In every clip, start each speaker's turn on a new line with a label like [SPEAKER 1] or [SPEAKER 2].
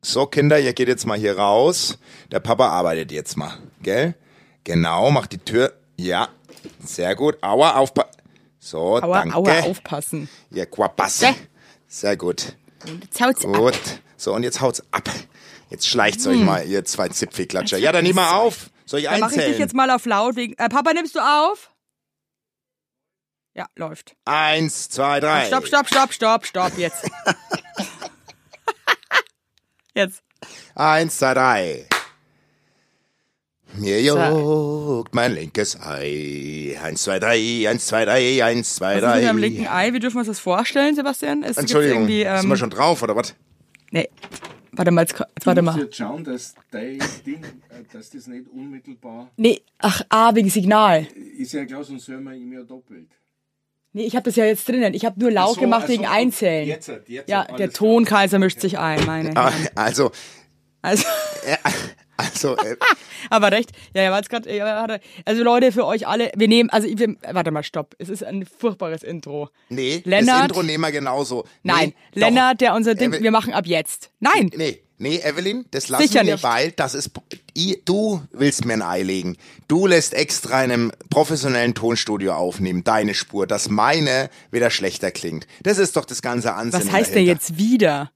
[SPEAKER 1] so Kinder, ihr geht jetzt mal hier raus. Der Papa arbeitet jetzt mal, gell? Genau, macht die Tür. Ja, sehr gut. Aua, aufpa. So,
[SPEAKER 2] Aua,
[SPEAKER 1] danke.
[SPEAKER 2] aua, aufpassen.
[SPEAKER 1] Ihr Quapasse. Sehr gut.
[SPEAKER 2] Jetzt haut's ab.
[SPEAKER 1] Gut. So, und jetzt haut's ab. Jetzt schleicht's euch mal, ihr zwei Zipfelklatscher. Ja, dann nimm mal auf. Soll ich
[SPEAKER 2] Hm. Dann mache ich dich
[SPEAKER 1] einzählen?
[SPEAKER 2] jetzt mal auf laut wegen. Äh, Papa, nimmst du auf? Ja, läuft.
[SPEAKER 1] Eins, zwei, drei.
[SPEAKER 2] Stopp, stopp, stopp, stopp, stopp, jetzt. jetzt.
[SPEAKER 1] Eins, zwei, drei. Mir juckt mein linkes Ei. Eins, zwei, drei, eins, zwei, drei, eins, zwei,
[SPEAKER 2] Was ist mit
[SPEAKER 1] drei.
[SPEAKER 2] deinem linken Ei? Wie dürfen wir uns das vorstellen, Sebastian? Ist, gibt's
[SPEAKER 1] Entschuldigung,
[SPEAKER 2] Irgendwie, ähm,
[SPEAKER 1] sind wir schon drauf, oder was?
[SPEAKER 2] nee. Warte mal, jetzt, jetzt warte mal.
[SPEAKER 3] jetzt schauen, dass dein Ding, äh, dass das nicht unmittelbar
[SPEAKER 2] Nee, ach, A, wegen Signal.
[SPEAKER 3] ist ja klar, sonst hören wir ihm ja doppelt.
[SPEAKER 2] Nee, ich habe das ja jetzt drinnen. Ich habe nur laut
[SPEAKER 3] Ach so,
[SPEAKER 2] gemacht
[SPEAKER 3] ach so, also,
[SPEAKER 2] wegen Einzählen.
[SPEAKER 3] Jetzt, halt, jetzt.
[SPEAKER 2] ja,
[SPEAKER 3] alles
[SPEAKER 2] der
[SPEAKER 3] klar.
[SPEAKER 2] Tonkaiser mischt sich ein, meine.
[SPEAKER 1] Ah, Also,
[SPEAKER 2] Also,
[SPEAKER 1] äh, also, äh,
[SPEAKER 2] aber recht. Ja, ja, war jetzt grad, ja, hat er- also Leute, für euch alle, wir nehmen, also wir, warte mal, stopp. Es ist ein furchtbares Intro.
[SPEAKER 1] nee, das
[SPEAKER 2] Lennart?
[SPEAKER 1] Intro nehmen wir genauso. Nee,
[SPEAKER 2] Nein,
[SPEAKER 1] doch.
[SPEAKER 2] Lennart, der unser Ding,
[SPEAKER 1] Evel-
[SPEAKER 2] wir machen ab jetzt. Nein,
[SPEAKER 1] Nee, nee, Evelyn, das lassen
[SPEAKER 2] Sicher
[SPEAKER 1] wir,
[SPEAKER 2] nicht.
[SPEAKER 1] weil das ist. I- Du willst mir ein Ei legen. Du lässt extra in einem professionellen Tonstudio aufnehmen, deine Spur, dass meine wieder schlechter klingt. Das ist doch das ganze Ansinnen.
[SPEAKER 2] was heißt denn
[SPEAKER 1] dahinter.
[SPEAKER 2] jetzt wieder?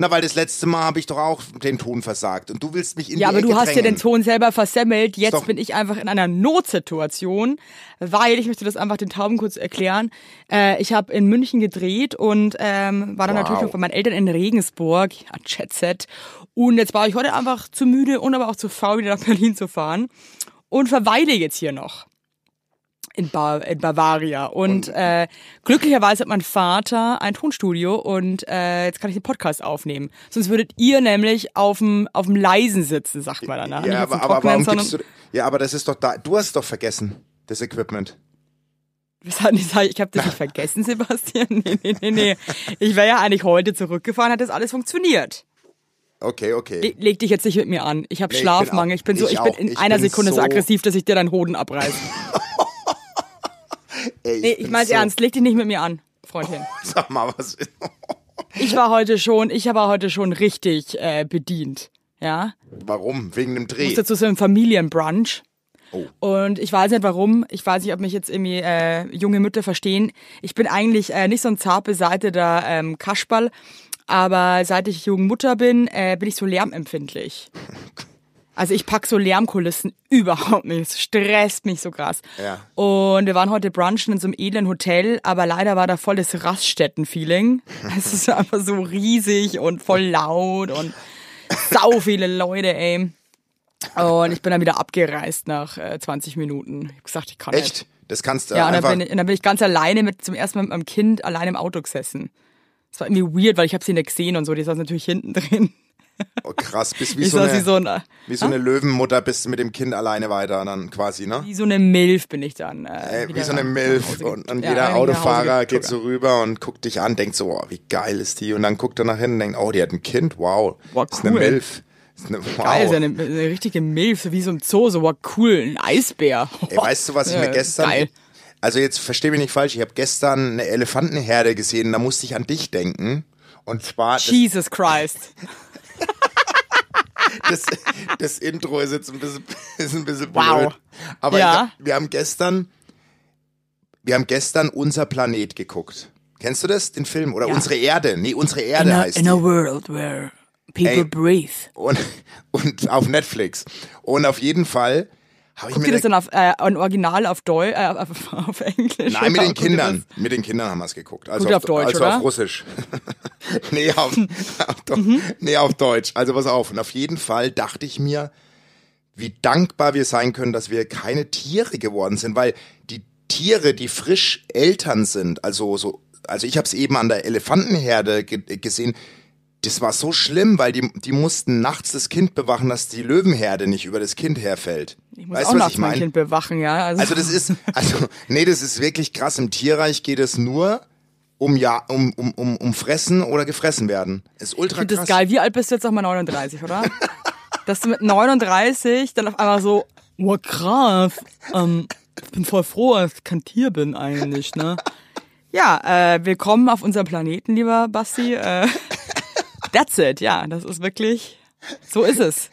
[SPEAKER 1] Na, weil das letzte Mal habe ich doch auch den Ton versagt und du willst mich in
[SPEAKER 2] Ja,
[SPEAKER 1] die
[SPEAKER 2] aber
[SPEAKER 1] Ecke
[SPEAKER 2] du hast ja
[SPEAKER 1] drängen.
[SPEAKER 2] den Ton selber versemmelt. Jetzt
[SPEAKER 1] doch-
[SPEAKER 2] bin ich einfach in einer Notsituation, weil ich möchte das einfach den Tauben kurz erklären. Äh, ich habe in München gedreht und ähm, war dann
[SPEAKER 1] Wow.
[SPEAKER 2] natürlich noch bei meinen Eltern in Regensburg, ja, Chatset. Und jetzt war ich heute einfach zu müde und aber auch zu faul, wieder nach Berlin zu fahren. Und verweile jetzt hier noch in, ba in Bavaria. Und, äh, glücklicherweise hat mein Vater ein Tonstudio und äh, jetzt kann ich den Podcast aufnehmen. Sonst würdet ihr nämlich auf dem auf dem leisen sitzen, sagt man danach.
[SPEAKER 1] Ja,
[SPEAKER 2] ne? auf dem
[SPEAKER 1] aber, aber warum
[SPEAKER 2] Trockenen,
[SPEAKER 1] gibst du. Ja, aber das ist doch da. Du hast doch vergessen, das Equipment.
[SPEAKER 2] Was hat nicht gesagt? Ich habe das nicht vergessen, Sebastian. Nee, nee, nee, nee. Ich wäre ja eigentlich heute zurückgefahren, hat das alles funktioniert.
[SPEAKER 1] Okay, okay.
[SPEAKER 2] Le- Leg dich jetzt nicht mit mir an. Ich habe
[SPEAKER 1] Nee, ich bin
[SPEAKER 2] Schlafmangel.
[SPEAKER 1] auch-
[SPEAKER 2] Ich bin, so,
[SPEAKER 1] ich
[SPEAKER 2] ich, bin
[SPEAKER 1] auch.
[SPEAKER 2] in
[SPEAKER 1] Ich
[SPEAKER 2] einer
[SPEAKER 1] bin
[SPEAKER 2] Sekunde so,
[SPEAKER 1] so-
[SPEAKER 2] aggressiv, dass ich dir deinen Hoden abreiße.
[SPEAKER 1] Ey, ich
[SPEAKER 2] Nee, ich
[SPEAKER 1] bin
[SPEAKER 2] meine
[SPEAKER 1] so-
[SPEAKER 2] ernst. Leg dich nicht mit mir an, Freundchen.
[SPEAKER 1] Sag mal was.
[SPEAKER 2] Ich war heute schon, ich war heute schon richtig äh, bedient. Ja,
[SPEAKER 1] Warum? Wegen dem Dreh.
[SPEAKER 2] musste zu so einem Familienbrunch.
[SPEAKER 1] Oh.
[SPEAKER 2] Und ich weiß nicht warum, ich weiß nicht, ob mich jetzt irgendwie äh, junge Mütter verstehen. Ich bin eigentlich äh, nicht so ein zart beseiteter ähm, Kasperl, aber seit ich junge Mutter bin, äh, bin ich so lärmempfindlich. Also ich pack so Lärmkulissen überhaupt nicht. Es stresst mich so krass.
[SPEAKER 1] Ja.
[SPEAKER 2] Und wir waren heute brunchen in so einem edlen Hotel, aber leider war da voll das Raststätten-Feeling. Es ist einfach so riesig und voll laut und sau viele Leute, ey. Und ich bin dann wieder abgereist nach äh, 20 Minuten. Ich habe gesagt, ich kann nicht.
[SPEAKER 1] Echt? Das kannst du
[SPEAKER 2] Ja, und
[SPEAKER 1] einfach.
[SPEAKER 2] dann, bin ich, und dann bin ich ganz alleine mit zum ersten Mal mit meinem Kind alleine im Auto gesessen. Das war irgendwie weird, weil ich habe sie nicht gesehen und so. Die saß natürlich hinten drin.
[SPEAKER 1] Oh, krass, bist wie
[SPEAKER 2] Ich
[SPEAKER 1] so,
[SPEAKER 2] saß
[SPEAKER 1] eine,
[SPEAKER 2] wie so, eine,
[SPEAKER 1] wie so eine Löwenmutter, bist du mit dem Kind alleine weiter dann quasi, ne?
[SPEAKER 2] wie so eine Milf bin ich dann. Äh,
[SPEAKER 1] Ey, wie
[SPEAKER 2] wieder
[SPEAKER 1] so eine
[SPEAKER 2] nach- nach
[SPEAKER 1] Milf
[SPEAKER 2] Hause
[SPEAKER 1] und,
[SPEAKER 2] ge-
[SPEAKER 1] und
[SPEAKER 2] Ja,
[SPEAKER 1] jeder
[SPEAKER 2] bin ich nach Hause
[SPEAKER 1] Autofahrer geht
[SPEAKER 2] getuckert.
[SPEAKER 1] so rüber und guckt dich an, denkt so, oh, wie geil ist die und dann guckt er nach hinten und denkt, oh, die hat ein Kind, wow,
[SPEAKER 2] Boah,
[SPEAKER 1] ist eine
[SPEAKER 2] cool.
[SPEAKER 1] Milf. Ist eine, wow.
[SPEAKER 2] Geil, ist ja eine, eine richtige Milf, so wie so ein Zoo, so wow, cool, ein Eisbär.
[SPEAKER 1] Ey, weißt du, was ich
[SPEAKER 2] Ja,
[SPEAKER 1] mir gestern.
[SPEAKER 2] Geil.
[SPEAKER 1] Also jetzt versteh mich nicht falsch, ich habe gestern eine Elefantenherde gesehen, da musste ich an dich denken. Und zwar, das,
[SPEAKER 2] Jesus Christ.
[SPEAKER 1] das, das Intro ist jetzt ein bisschen, ist ein bisschen
[SPEAKER 2] Wow.
[SPEAKER 1] blöd. Aber
[SPEAKER 2] Ja.
[SPEAKER 1] ich hab, wir haben gestern, wir haben gestern unser Planet geguckt. Kennst du das, den Film? Oder
[SPEAKER 2] Ja.
[SPEAKER 1] unsere Erde? Nee, unsere Erde heißt die.
[SPEAKER 2] world where people
[SPEAKER 1] Ey.
[SPEAKER 2] breathe.
[SPEAKER 1] Und, und auf Netflix. Und auf jeden Fall habe ich
[SPEAKER 2] Guckt
[SPEAKER 1] mir
[SPEAKER 2] ihr das
[SPEAKER 1] da-
[SPEAKER 2] dann auf äh, ein Original auf Deutsch, äh, auf, auf Englisch?
[SPEAKER 1] Nein, mit den
[SPEAKER 2] oder guckt ihr
[SPEAKER 1] Kindern. Mit den Kindern haben wir es geguckt. Also
[SPEAKER 2] Guckt ihr auf Deutsch,
[SPEAKER 1] also
[SPEAKER 2] oder? Mhm.
[SPEAKER 1] auf Russisch. nee, auf, auf, Deu- nee, auf Deutsch. Also pass auf. Und auf jeden Fall dachte ich mir, wie dankbar wir sein können, dass wir keine Tiere geworden sind, weil die Tiere, die frisch Eltern sind, also so, also ich habe es eben an der Elefantenherde ge gesehen, das war so schlimm, weil die, die mussten nachts das Kind bewachen, dass die Löwenherde nicht über das Kind herfällt.
[SPEAKER 2] Ich muss auch nachts mein
[SPEAKER 1] mein?
[SPEAKER 2] Kind bewachen, ja. Also,
[SPEAKER 1] Also das ist, also nee, das ist wirklich krass. Im Tierreich geht es nur um ja, um um um, um fressen oder gefressen werden. Ist ultra
[SPEAKER 2] das
[SPEAKER 1] krass.
[SPEAKER 2] ist geil. Wie alt bist du jetzt nochmal 39, oder? Dass du mit 39 dann auf einmal so, wow, krass, ähm, ich bin voll froh, dass ich kein Tier bin eigentlich, ne? Ja, äh, willkommen auf unserem Planeten, lieber Basti. Äh, That's it, ja. Das ist wirklich. So ist es.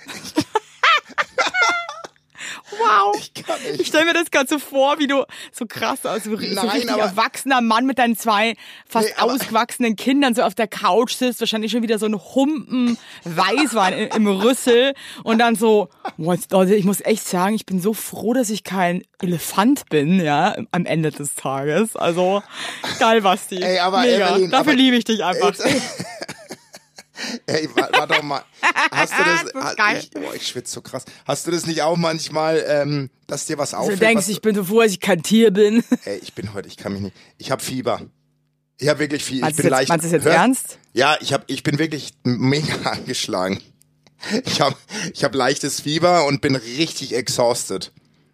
[SPEAKER 2] wow.
[SPEAKER 1] Ich kann nicht.
[SPEAKER 2] Ich stelle mir das gerade so vor, wie du so krass aus, so, ri- so
[SPEAKER 1] Nein,
[SPEAKER 2] richtig
[SPEAKER 1] aber-
[SPEAKER 2] erwachsener Mann mit deinen zwei fast
[SPEAKER 1] Nee, aber-
[SPEAKER 2] ausgewachsenen Kindern so auf der Couch sitzt, wahrscheinlich schon wieder so ein Humpen Weißwein im, im Rüssel und dann so, "Boah, jetzt- Leute, ich muss echt sagen, ich bin so froh, dass ich kein Elefant bin, ja, am Ende des Tages. Also, geil, Basti.
[SPEAKER 1] Ey, aber
[SPEAKER 2] Mega.
[SPEAKER 1] Evelyn,
[SPEAKER 2] Dafür
[SPEAKER 1] aber-
[SPEAKER 2] liebe ich dich einfach.
[SPEAKER 1] Ey, wa- warte doch mal. Hast du das?
[SPEAKER 2] Das ist
[SPEAKER 1] ha-
[SPEAKER 2] geil.
[SPEAKER 1] Ich, boah, ich schwitze so krass. Hast du das nicht auch manchmal, ähm, dass dir was
[SPEAKER 2] du
[SPEAKER 1] auffällt?
[SPEAKER 2] Also denkst,
[SPEAKER 1] was
[SPEAKER 2] ich bin so froh, dass ich kein Tier bin.
[SPEAKER 1] Ey, ich bin heute, ich kann mich nicht. Ich habe Fieber. Ich habe wirklich Fieber. Ich
[SPEAKER 2] Meinst du
[SPEAKER 1] bin
[SPEAKER 2] jetzt-
[SPEAKER 1] leicht.
[SPEAKER 2] meinst du es jetzt
[SPEAKER 1] Hör-
[SPEAKER 2] ernst?
[SPEAKER 1] Ja, ich habe, ich bin wirklich mega angeschlagen. Ich habe, ich habe leichtes Fieber und bin richtig exhausted.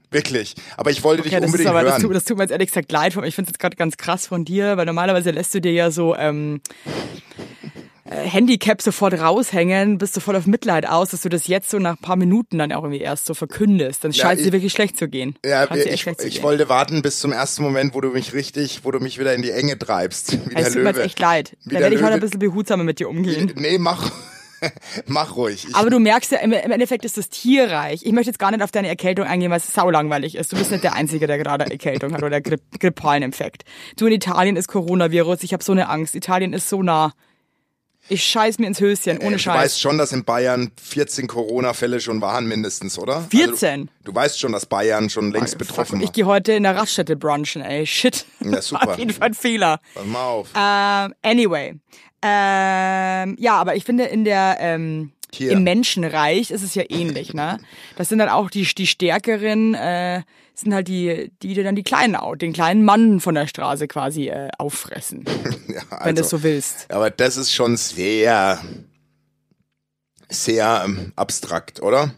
[SPEAKER 1] Wirklich. Aber ich wollte
[SPEAKER 2] Ja,
[SPEAKER 1] dich
[SPEAKER 2] das, ist
[SPEAKER 1] unbedingt
[SPEAKER 2] aber, das, tut,
[SPEAKER 1] hören.
[SPEAKER 2] das tut mir jetzt ehrlich gesagt leid. Ich finde es jetzt gerade ganz krass von dir, weil normalerweise lässt du dir ja so ähm, äh, Handicap sofort raushängen, bist du voll auf Mitleid aus, dass du das jetzt so nach ein paar Minuten dann auch irgendwie erst so verkündest. Dann scheint es dir
[SPEAKER 1] ich-
[SPEAKER 2] wirklich schlecht zu gehen.
[SPEAKER 1] ja,
[SPEAKER 2] Scheint's dir echt
[SPEAKER 1] ich,
[SPEAKER 2] schlecht zu
[SPEAKER 1] ich
[SPEAKER 2] gehen.
[SPEAKER 1] wollte warten bis zum ersten Moment, wo du mich richtig, wo du mich wieder in die Enge treibst. Wie
[SPEAKER 2] Es
[SPEAKER 1] der
[SPEAKER 2] tut mir jetzt
[SPEAKER 1] Löwe.
[SPEAKER 2] echt leid.
[SPEAKER 1] Wie
[SPEAKER 2] Da
[SPEAKER 1] der
[SPEAKER 2] werde ich heute
[SPEAKER 1] Löwe.
[SPEAKER 2] ein bisschen behutsamer mit dir umgehen.
[SPEAKER 1] Nee, mach, mach ruhig. Ich,
[SPEAKER 2] Aber du merkst ja, im im Endeffekt ist das tierreich. Ich möchte jetzt gar nicht auf deine Erkältung eingehen, weil es saulangweilig ist. Du bist nicht der Einzige, der gerade Erkältung hat oder Grip grippalen Infekt. Du, in Italien ist Coronavirus. Ich habe so eine Angst. Italien ist so nah. Ich scheiß mir ins Höschen, ohne
[SPEAKER 1] äh, du
[SPEAKER 2] Scheiß.
[SPEAKER 1] weißt schon, dass in Bayern 14 Corona-Fälle schon waren, mindestens, oder?
[SPEAKER 2] 14?
[SPEAKER 1] Also, du, du weißt schon, dass Bayern schon längst betroffen
[SPEAKER 2] Ich
[SPEAKER 1] war.
[SPEAKER 2] gehe heute in der Raststätte brunchen, ey. Shit.
[SPEAKER 1] Ja, super.
[SPEAKER 2] Auf jeden Fall ein Fehler.
[SPEAKER 1] Pass mal auf.
[SPEAKER 2] Ähm, anyway. Ähm, ja, aber ich finde in der ähm,
[SPEAKER 1] Hier.
[SPEAKER 2] im Menschenreich ist es ja ähnlich, ne? Das sind dann auch die, die stärkeren, äh, sind halt die, die dir dann die kleinen, au- den kleinen Mann von der Straße quasi äh, auffressen,
[SPEAKER 1] ja, also,
[SPEAKER 2] wenn du es so willst.
[SPEAKER 1] Aber das ist schon sehr, sehr ähm, abstrakt, oder?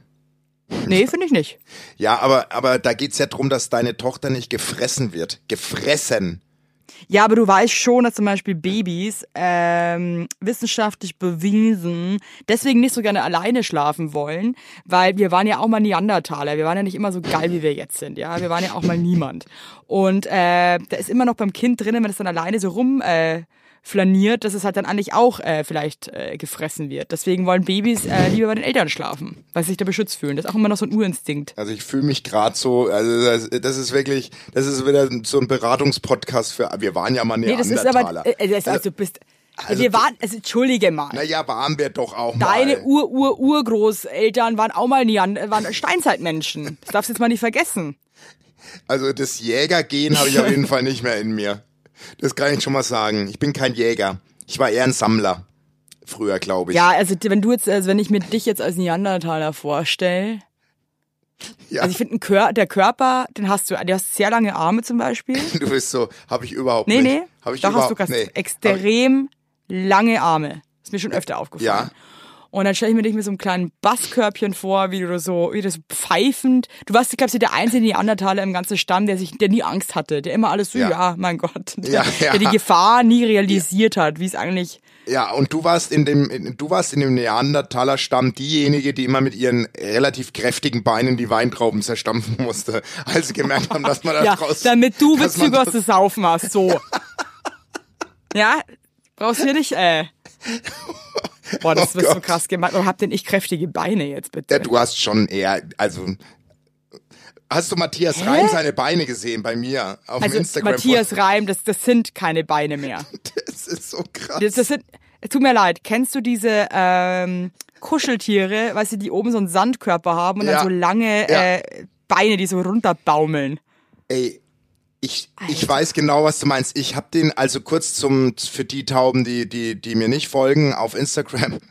[SPEAKER 2] Nee, finde ich nicht.
[SPEAKER 1] Ja, aber, aber da geht's ja drum, dass deine Tochter nicht gefressen wird. Gefressen.
[SPEAKER 2] Ja, aber du weißt schon, dass zum Beispiel Babys ähm, wissenschaftlich bewiesen deswegen nicht so gerne alleine schlafen wollen, weil wir waren ja auch mal Neandertaler. Wir waren ja nicht immer so geil, wie wir jetzt sind. Ja, wir waren ja auch mal niemand. Und äh, da ist immer noch beim Kind drinnen, wenn es dann alleine so rum äh, flaniert, dass es halt dann eigentlich auch äh, vielleicht äh, gefressen wird. Deswegen wollen Babys äh, lieber bei den Eltern schlafen, weil sie sich da beschützt fühlen. Das ist auch immer noch so ein Urinstinkt.
[SPEAKER 1] Also ich fühle mich gerade so, also das, das ist wirklich, das ist wieder so ein Beratungspodcast für, wir waren ja mal
[SPEAKER 2] Nee, das ist aber,
[SPEAKER 1] Neandertaler.
[SPEAKER 2] äh, das, also, du bist, wir waren, also, entschuldige mal.
[SPEAKER 1] naja, waren wir doch auch
[SPEAKER 2] Deine
[SPEAKER 1] mal.
[SPEAKER 2] Ur-Ur-Urgroßeltern waren auch mal Nian äh, waren Steinzeitmenschen. Das darfst du jetzt mal nicht vergessen.
[SPEAKER 1] Also das Jägergehen habe ich auf jeden Fall nicht mehr in mir. Das kann ich schon mal sagen. Ich bin kein Jäger. Ich war eher ein Sammler. Früher, glaube ich.
[SPEAKER 2] Ja, also wenn du jetzt, also wenn ich mir dich jetzt als Neandertaler vorstelle,
[SPEAKER 1] Ja.
[SPEAKER 2] also ich finde, ein Kör- der Körper, den hast du, du hast sehr lange Arme zum Beispiel.
[SPEAKER 1] du bist so, habe ich überhaupt
[SPEAKER 2] Nee,
[SPEAKER 1] nicht.
[SPEAKER 2] nee,
[SPEAKER 1] Hab ich
[SPEAKER 2] da hast
[SPEAKER 1] überhaupt,
[SPEAKER 2] du ganz
[SPEAKER 1] nee. Hab ich-
[SPEAKER 2] extrem lange Arme. Ist mir schon öfter aufgefallen.
[SPEAKER 1] Ja.
[SPEAKER 2] Und dann stelle ich mir dich mit so einem kleinen Basskörbchen vor, wie du so, wie du so pfeifend. Du warst, glaube ich, der einzige Neandertaler im ganzen Stamm, der sich, der nie Angst hatte, der immer alles so, ja,
[SPEAKER 1] Ja.
[SPEAKER 2] mein Gott, der,
[SPEAKER 1] Ja, ja.
[SPEAKER 2] der die Gefahr nie realisiert hat, wie es eigentlich.
[SPEAKER 1] Ja, und du warst in dem, in- du warst in dem Neandertaler-Stamm diejenige, die immer mit ihren relativ kräftigen Beinen die Weintrauben zerstampfen musste, als sie gemerkt haben, dass man da
[SPEAKER 2] Ja,
[SPEAKER 1] draus.
[SPEAKER 2] damit du
[SPEAKER 1] dass man
[SPEAKER 2] Bezüge zu saufen hast, so. ja, brauchst du hier nicht, äh. Boah, das
[SPEAKER 1] Oh
[SPEAKER 2] wird so
[SPEAKER 1] Gott.
[SPEAKER 2] krass gemacht. Aber habt denn nicht kräftige Beine jetzt bitte?
[SPEAKER 1] Ja, du hast schon eher, also. Hast du Matthias Reim seine Beine gesehen bei mir auf dem
[SPEAKER 2] Also
[SPEAKER 1] Instagram?
[SPEAKER 2] Matthias Reim, das, das sind keine Beine mehr.
[SPEAKER 1] Das ist so krass.
[SPEAKER 2] Das, das sind, es tut mir leid, kennst du diese ähm, Kuscheltiere, weißt du, die oben so einen Sandkörper haben und
[SPEAKER 1] Ja.
[SPEAKER 2] dann so lange
[SPEAKER 1] Ja.
[SPEAKER 2] äh, Beine, die so runterbaumeln?
[SPEAKER 1] Ey, ich, ich weiß genau, was du meinst. Ich habe den, also kurz zum, für die Tauben, die, die, die mir nicht folgen, auf Instagram.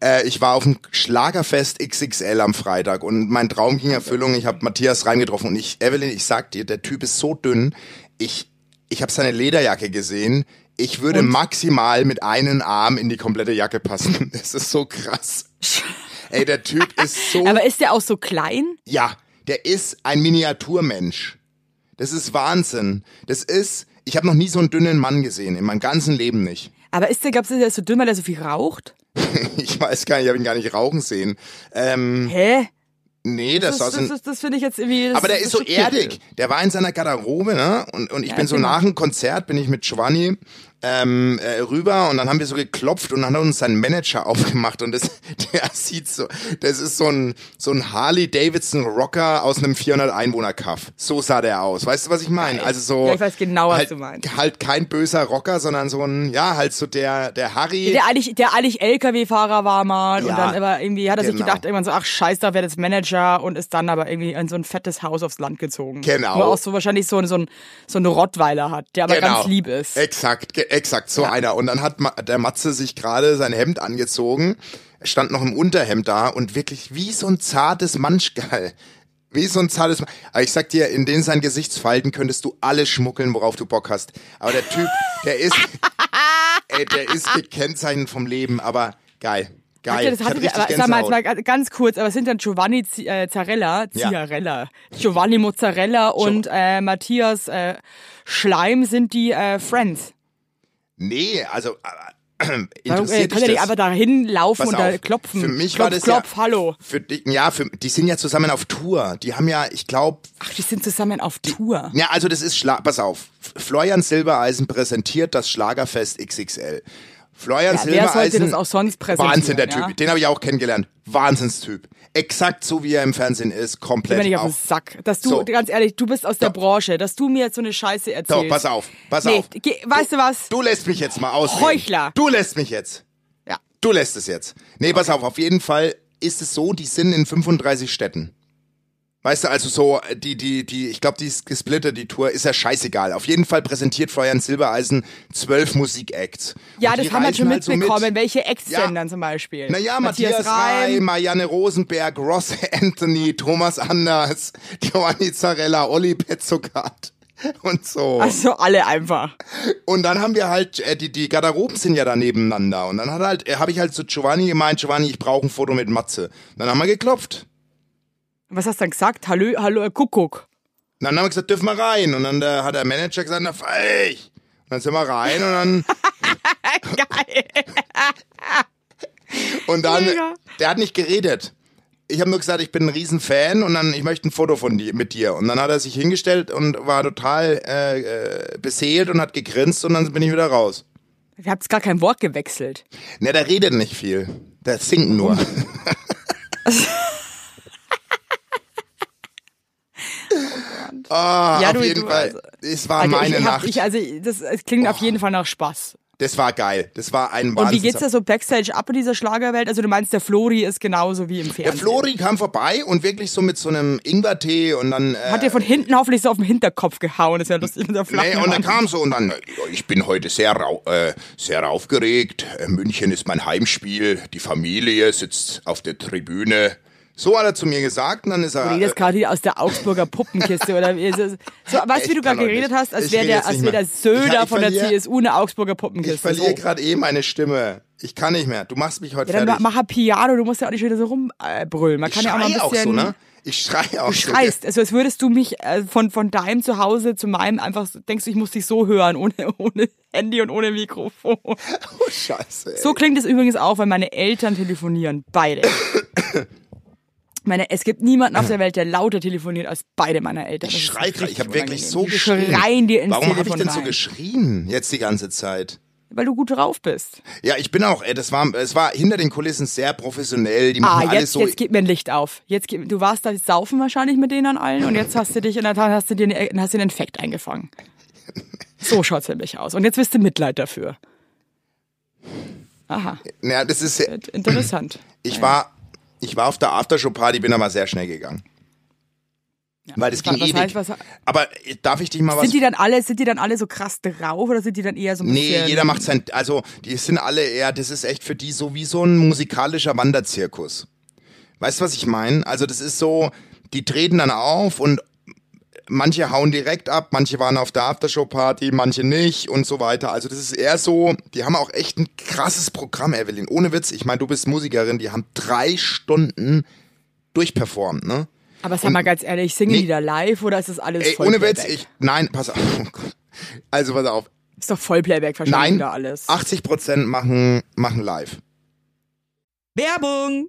[SPEAKER 1] Äh, ich war auf dem Schlagerfest XXL am Freitag und mein Traum ging Erfüllung. Ich habe Matthias reingetroffen und ich, Evelyn, ich sag dir, der Typ ist so dünn. Ich, ich habe seine Lederjacke gesehen. Ich würde maximal mit einem Arm in die komplette Jacke passen. Das ist so krass. Ey, der Typ ist so
[SPEAKER 2] Aber ist der auch so klein?
[SPEAKER 1] ja, der ist ein Miniaturmensch. Das ist Wahnsinn. Das ist, ich habe noch nie so einen dünnen Mann gesehen, in meinem ganzen Leben nicht.
[SPEAKER 2] Aber ist der, glaubst du, der ist so dünn, weil der so viel raucht?
[SPEAKER 1] Ich weiß gar nicht, ich habe ihn gar nicht rauchen sehen. Ähm,
[SPEAKER 2] Hä?
[SPEAKER 1] nee, das,
[SPEAKER 2] Das,
[SPEAKER 1] war
[SPEAKER 2] das,
[SPEAKER 1] so ein,
[SPEAKER 2] das, finde ich jetzt irgendwie. Das,
[SPEAKER 1] Aber der
[SPEAKER 2] das
[SPEAKER 1] ist so
[SPEAKER 2] schockiert mich.
[SPEAKER 1] erdig. Der war in seiner Garderobe, ne? Und, und ich
[SPEAKER 2] Ja,
[SPEAKER 1] bin so
[SPEAKER 2] genau.
[SPEAKER 1] nach dem Konzert, bin ich mit Giovanni ähm, äh, rüber und dann haben wir so geklopft und dann hat uns sein Manager aufgemacht und das, der sieht so, das ist so ein, so ein Harley Davidson Rocker aus einem 400 Einwohner Kaff. So sah der aus. Weißt du, was ich meine? Also so.
[SPEAKER 2] Ja, ich weiß genau, was
[SPEAKER 1] halt,
[SPEAKER 2] du meinst.
[SPEAKER 1] Halt kein böser Rocker, sondern so ein, ja, halt so der, der Harry.
[SPEAKER 2] Der eigentlich, der eigentlich LKW-Fahrer war mal und
[SPEAKER 1] Ja,
[SPEAKER 2] dann aber irgendwie hat er sich
[SPEAKER 1] genau.
[SPEAKER 2] gedacht, irgendwann so, ach scheiß, da wäre das Manager und ist dann aber irgendwie in so ein fettes Haus aufs Land gezogen.
[SPEAKER 1] Genau. Genau.
[SPEAKER 2] Wo er auch so wahrscheinlich so, so, ein, so einen Rottweiler hat, der aber ganz lieb ist.
[SPEAKER 1] Exakt, ge- exakt, so einer. Und dann hat Ma der Matze sich gerade sein Hemd angezogen, stand noch im Unterhemd da und wirklich wie so ein zartes Manschgall. Wie so ein zartes Ma Aber ich sag dir, in den seinen Gesichtsfalten könntest du alles schmuggeln, worauf du Bock hast. Aber der Typ, der ist, ey, der ist gekennzeichnet vom Leben, aber geil. Geil.
[SPEAKER 2] Hatte,
[SPEAKER 1] Ich
[SPEAKER 2] das hatte,
[SPEAKER 1] hatte richtig
[SPEAKER 2] aber, sag mal, jetzt
[SPEAKER 1] Gänsehaut.
[SPEAKER 2] mal ga- ganz kurz, aber es sind dann Giovanni Z äh, Zarella,
[SPEAKER 1] Ja.
[SPEAKER 2] Ziarella, Giovanni Mozzarella und äh, Matthias äh, Schleim sind die äh, Friends.
[SPEAKER 1] nee, also, äh,
[SPEAKER 2] Warum äh,
[SPEAKER 1] interessiert
[SPEAKER 2] kann
[SPEAKER 1] dich
[SPEAKER 2] er nicht
[SPEAKER 1] das?
[SPEAKER 2] einfach da hinlaufen und
[SPEAKER 1] Pass
[SPEAKER 2] da
[SPEAKER 1] auf.
[SPEAKER 2] klopfen?
[SPEAKER 1] Für mich
[SPEAKER 2] klopf,
[SPEAKER 1] war das
[SPEAKER 2] klopf,
[SPEAKER 1] ja,
[SPEAKER 2] hallo.
[SPEAKER 1] Für, die- ja, für, die sind ja zusammen auf Tour. Die haben ja, ich glaube,
[SPEAKER 2] Ach, die sind zusammen auf Tour.
[SPEAKER 1] ja, also das ist Schlag. Pass auf. F- Florian Silbereisen präsentiert das Schlagerfest XXL. Florian
[SPEAKER 2] Ja, wer
[SPEAKER 1] Silbereisen.
[SPEAKER 2] sollte das auch sonst präsentieren?
[SPEAKER 1] Wahnsinn, der Typ.
[SPEAKER 2] ja?
[SPEAKER 1] Den habe ich auch kennengelernt. Wahnsinnstyp. Exakt so, wie er im Fernsehen ist.
[SPEAKER 2] Geh mir
[SPEAKER 1] Komplett
[SPEAKER 2] nicht auf den
[SPEAKER 1] auf.
[SPEAKER 2] Sack. Dass du,
[SPEAKER 1] So.
[SPEAKER 2] ganz ehrlich, du bist aus der
[SPEAKER 1] Doch.
[SPEAKER 2] Branche, dass du mir jetzt so eine Scheiße erzählst.
[SPEAKER 1] So, pass auf. Pass
[SPEAKER 2] Nee,
[SPEAKER 1] auf.
[SPEAKER 2] geh, weißt du was?
[SPEAKER 1] Du lässt mich jetzt mal aus.
[SPEAKER 2] Heuchler.
[SPEAKER 1] Du lässt mich jetzt.
[SPEAKER 2] Ja.
[SPEAKER 1] Du lässt es jetzt. Nee, pass auf, auf jeden Fall ist es so, die sind in 35 Städten. Weißt du, also so, die, die, die, ich glaube, die ist gesplittet, die Tour, ist ja scheißegal. Auf jeden Fall präsentiert Florian Silbereisen zwölf Musikacts.
[SPEAKER 2] Ja,
[SPEAKER 1] Und
[SPEAKER 2] das
[SPEAKER 1] die
[SPEAKER 2] haben wir
[SPEAKER 1] reichen
[SPEAKER 2] schon
[SPEAKER 1] halt so mit.
[SPEAKER 2] mitbekommen. Welche Ex
[SPEAKER 1] Ja.
[SPEAKER 2] denn dann zum Beispiel?
[SPEAKER 1] Naja, Matthias, Reim, Marianne Rosenberg, Ross Anthony, Thomas Anders, Giovanni Zarella, Olli Petzokat und so.
[SPEAKER 2] Also alle einfach.
[SPEAKER 1] Und dann haben wir halt, äh, die, die Garderoben sind ja da nebeneinander. Und dann hat halt, äh, habe ich halt zu Giovanni gemeint, Giovanni, ich brauche ein Foto mit Matze. Dann haben wir geklopft.
[SPEAKER 2] Was hast du dann gesagt? Hallo, hallo, äh, Kuckuck.
[SPEAKER 1] Und dann haben wir gesagt, dürfen wir rein. Und dann äh, hat der Manager gesagt, na fahr ich. Und dann sind wir rein und dann. Geil. und dann,
[SPEAKER 2] Mega.
[SPEAKER 1] der hat nicht geredet. Ich habe nur gesagt, ich bin ein Riesenfan und dann, ich möchte ein Foto von dir, mit dir. Und dann hat er sich hingestellt und war total äh, äh, beseelt und hat gegrinst und dann bin ich wieder raus.
[SPEAKER 2] Ihr habt gar kein Wort gewechselt.
[SPEAKER 1] Na, der redet nicht viel. Der singt nur. Ah,
[SPEAKER 2] Ja,
[SPEAKER 1] auf
[SPEAKER 2] du-
[SPEAKER 1] jeden
[SPEAKER 2] du-
[SPEAKER 1] Fall.
[SPEAKER 2] also-
[SPEAKER 1] es war
[SPEAKER 2] Also
[SPEAKER 1] meine
[SPEAKER 2] ich
[SPEAKER 1] Nacht.
[SPEAKER 2] ich, also das, es klingt auf jeden Fall nach Spaß.
[SPEAKER 1] das war geil. Das war ein
[SPEAKER 2] Und
[SPEAKER 1] Wahnsinn.
[SPEAKER 2] wie geht's da so backstage ab in dieser Schlagerwelt? Also du meinst, der Flori ist genauso wie im Fernsehen.
[SPEAKER 1] Der Flori kam vorbei und wirklich so mit so einem Ingwertee und dann. Äh,
[SPEAKER 2] Hat dir von hinten hoffentlich so auf den Hinterkopf gehauen. Das ist ja lustig mit der Flagge.
[SPEAKER 1] Nee, und dann kam so und dann, ich bin heute sehr, rau äh, sehr aufgeregt. Äh, München ist mein Heimspiel. Die Familie sitzt auf der Tribüne. So hat er zu mir gesagt und dann ist er.
[SPEAKER 2] Du redest gerade wieder aus der Augsburger Puppenkiste oder wie ist es? So, weißt
[SPEAKER 1] Ich
[SPEAKER 2] du, wie du gerade
[SPEAKER 1] kann auch
[SPEAKER 2] geredet
[SPEAKER 1] nicht.
[SPEAKER 2] hast, als
[SPEAKER 1] Ich
[SPEAKER 2] wäre
[SPEAKER 1] rede
[SPEAKER 2] der,
[SPEAKER 1] jetzt
[SPEAKER 2] als
[SPEAKER 1] nicht
[SPEAKER 2] wär
[SPEAKER 1] mehr.
[SPEAKER 2] der Söder
[SPEAKER 1] Ich- ich
[SPEAKER 2] von der
[SPEAKER 1] verliere-
[SPEAKER 2] CSU eine Augsburger
[SPEAKER 1] Ich
[SPEAKER 2] Puppenkiste.
[SPEAKER 1] verliere
[SPEAKER 2] So.
[SPEAKER 1] gerade eh meine Stimme. Ich kann nicht mehr. Du machst mich heute
[SPEAKER 2] Ja, dann
[SPEAKER 1] fertig.
[SPEAKER 2] mach ein Piano, du musst ja auch nicht wieder so rumbrüllen. Man
[SPEAKER 1] ich
[SPEAKER 2] kann ja auch mal ein
[SPEAKER 1] schrei
[SPEAKER 2] bisschen.
[SPEAKER 1] auch so, ne? Ich schrei auch
[SPEAKER 2] Du schreist, also als würdest du mich äh, von, von deinem Zuhause zu meinem einfach, so- denkst du, ich muss dich so hören, ohne, ohne Handy und ohne Mikrofon.
[SPEAKER 1] so. Oh, scheiße. Ey.
[SPEAKER 2] So klingt es übrigens auch, wenn meine Eltern telefonieren, beide. Meine, es gibt niemanden auf der Welt, der lauter telefoniert als beide meiner Eltern.
[SPEAKER 1] ich
[SPEAKER 2] Das ist
[SPEAKER 1] schrei gerade. Ich
[SPEAKER 2] richtig
[SPEAKER 1] habe wirklich so
[SPEAKER 2] unangenehm. Die
[SPEAKER 1] geschrien.
[SPEAKER 2] Schreien dir ins
[SPEAKER 1] Warum habe ich
[SPEAKER 2] Telefon
[SPEAKER 1] denn so
[SPEAKER 2] rein,
[SPEAKER 1] geschrien jetzt die ganze Zeit?
[SPEAKER 2] Weil du gut drauf bist.
[SPEAKER 1] Ja, ich bin auch. Ey, das war, es war hinter den Kulissen sehr professionell. Die
[SPEAKER 2] Ah,
[SPEAKER 1] machen alles
[SPEAKER 2] jetzt,
[SPEAKER 1] so.
[SPEAKER 2] jetzt geht mir ein Licht auf. Jetzt geht, du warst da saufen wahrscheinlich mit denen an allen und jetzt hast du dich in der Tat hast du dir einen, hast dir einen Infekt eingefangen. So schaut's nämlich aus. Und jetzt wirst du Mitleid dafür. Aha,
[SPEAKER 1] naja, das ist.
[SPEAKER 2] Äh, interessant.
[SPEAKER 1] Ich war, ich war auf der Aftershow-Party, bin aber sehr schnell gegangen. Weil das
[SPEAKER 2] was-
[SPEAKER 1] ging
[SPEAKER 2] was
[SPEAKER 1] ewig.
[SPEAKER 2] heißt, was-
[SPEAKER 1] aber äh, darf ich dich mal was
[SPEAKER 2] Sind die dann alle, sind die dann alle so krass drauf oder sind die dann eher so ein
[SPEAKER 1] Nee,
[SPEAKER 2] bisschen?
[SPEAKER 1] jeder macht sein, also die sind alle eher, das ist echt für die so wie so ein musikalischer Wanderzirkus. Weißt du, was ich meine? Also das ist so, die treten dann auf und manche hauen direkt ab, manche waren auf der Aftershow-Party, manche nicht und so weiter. Also das ist eher so, die haben auch echt ein krasses Programm, Evelyn. Ohne Witz, ich meine, du bist Musikerin, die haben drei Stunden durchperformt, ne?
[SPEAKER 2] Aber sag mal ganz ehrlich, singen die da live oder ist das alles
[SPEAKER 1] Ey,
[SPEAKER 2] voll
[SPEAKER 1] ohne Witz,
[SPEAKER 2] Playback?
[SPEAKER 1] ich, nein, pass auf. oh Also pass auf,
[SPEAKER 2] ist doch voll Playback wahrscheinlich
[SPEAKER 1] nein,
[SPEAKER 2] wieder alles.
[SPEAKER 1] 80% machen, machen live.
[SPEAKER 2] Werbung!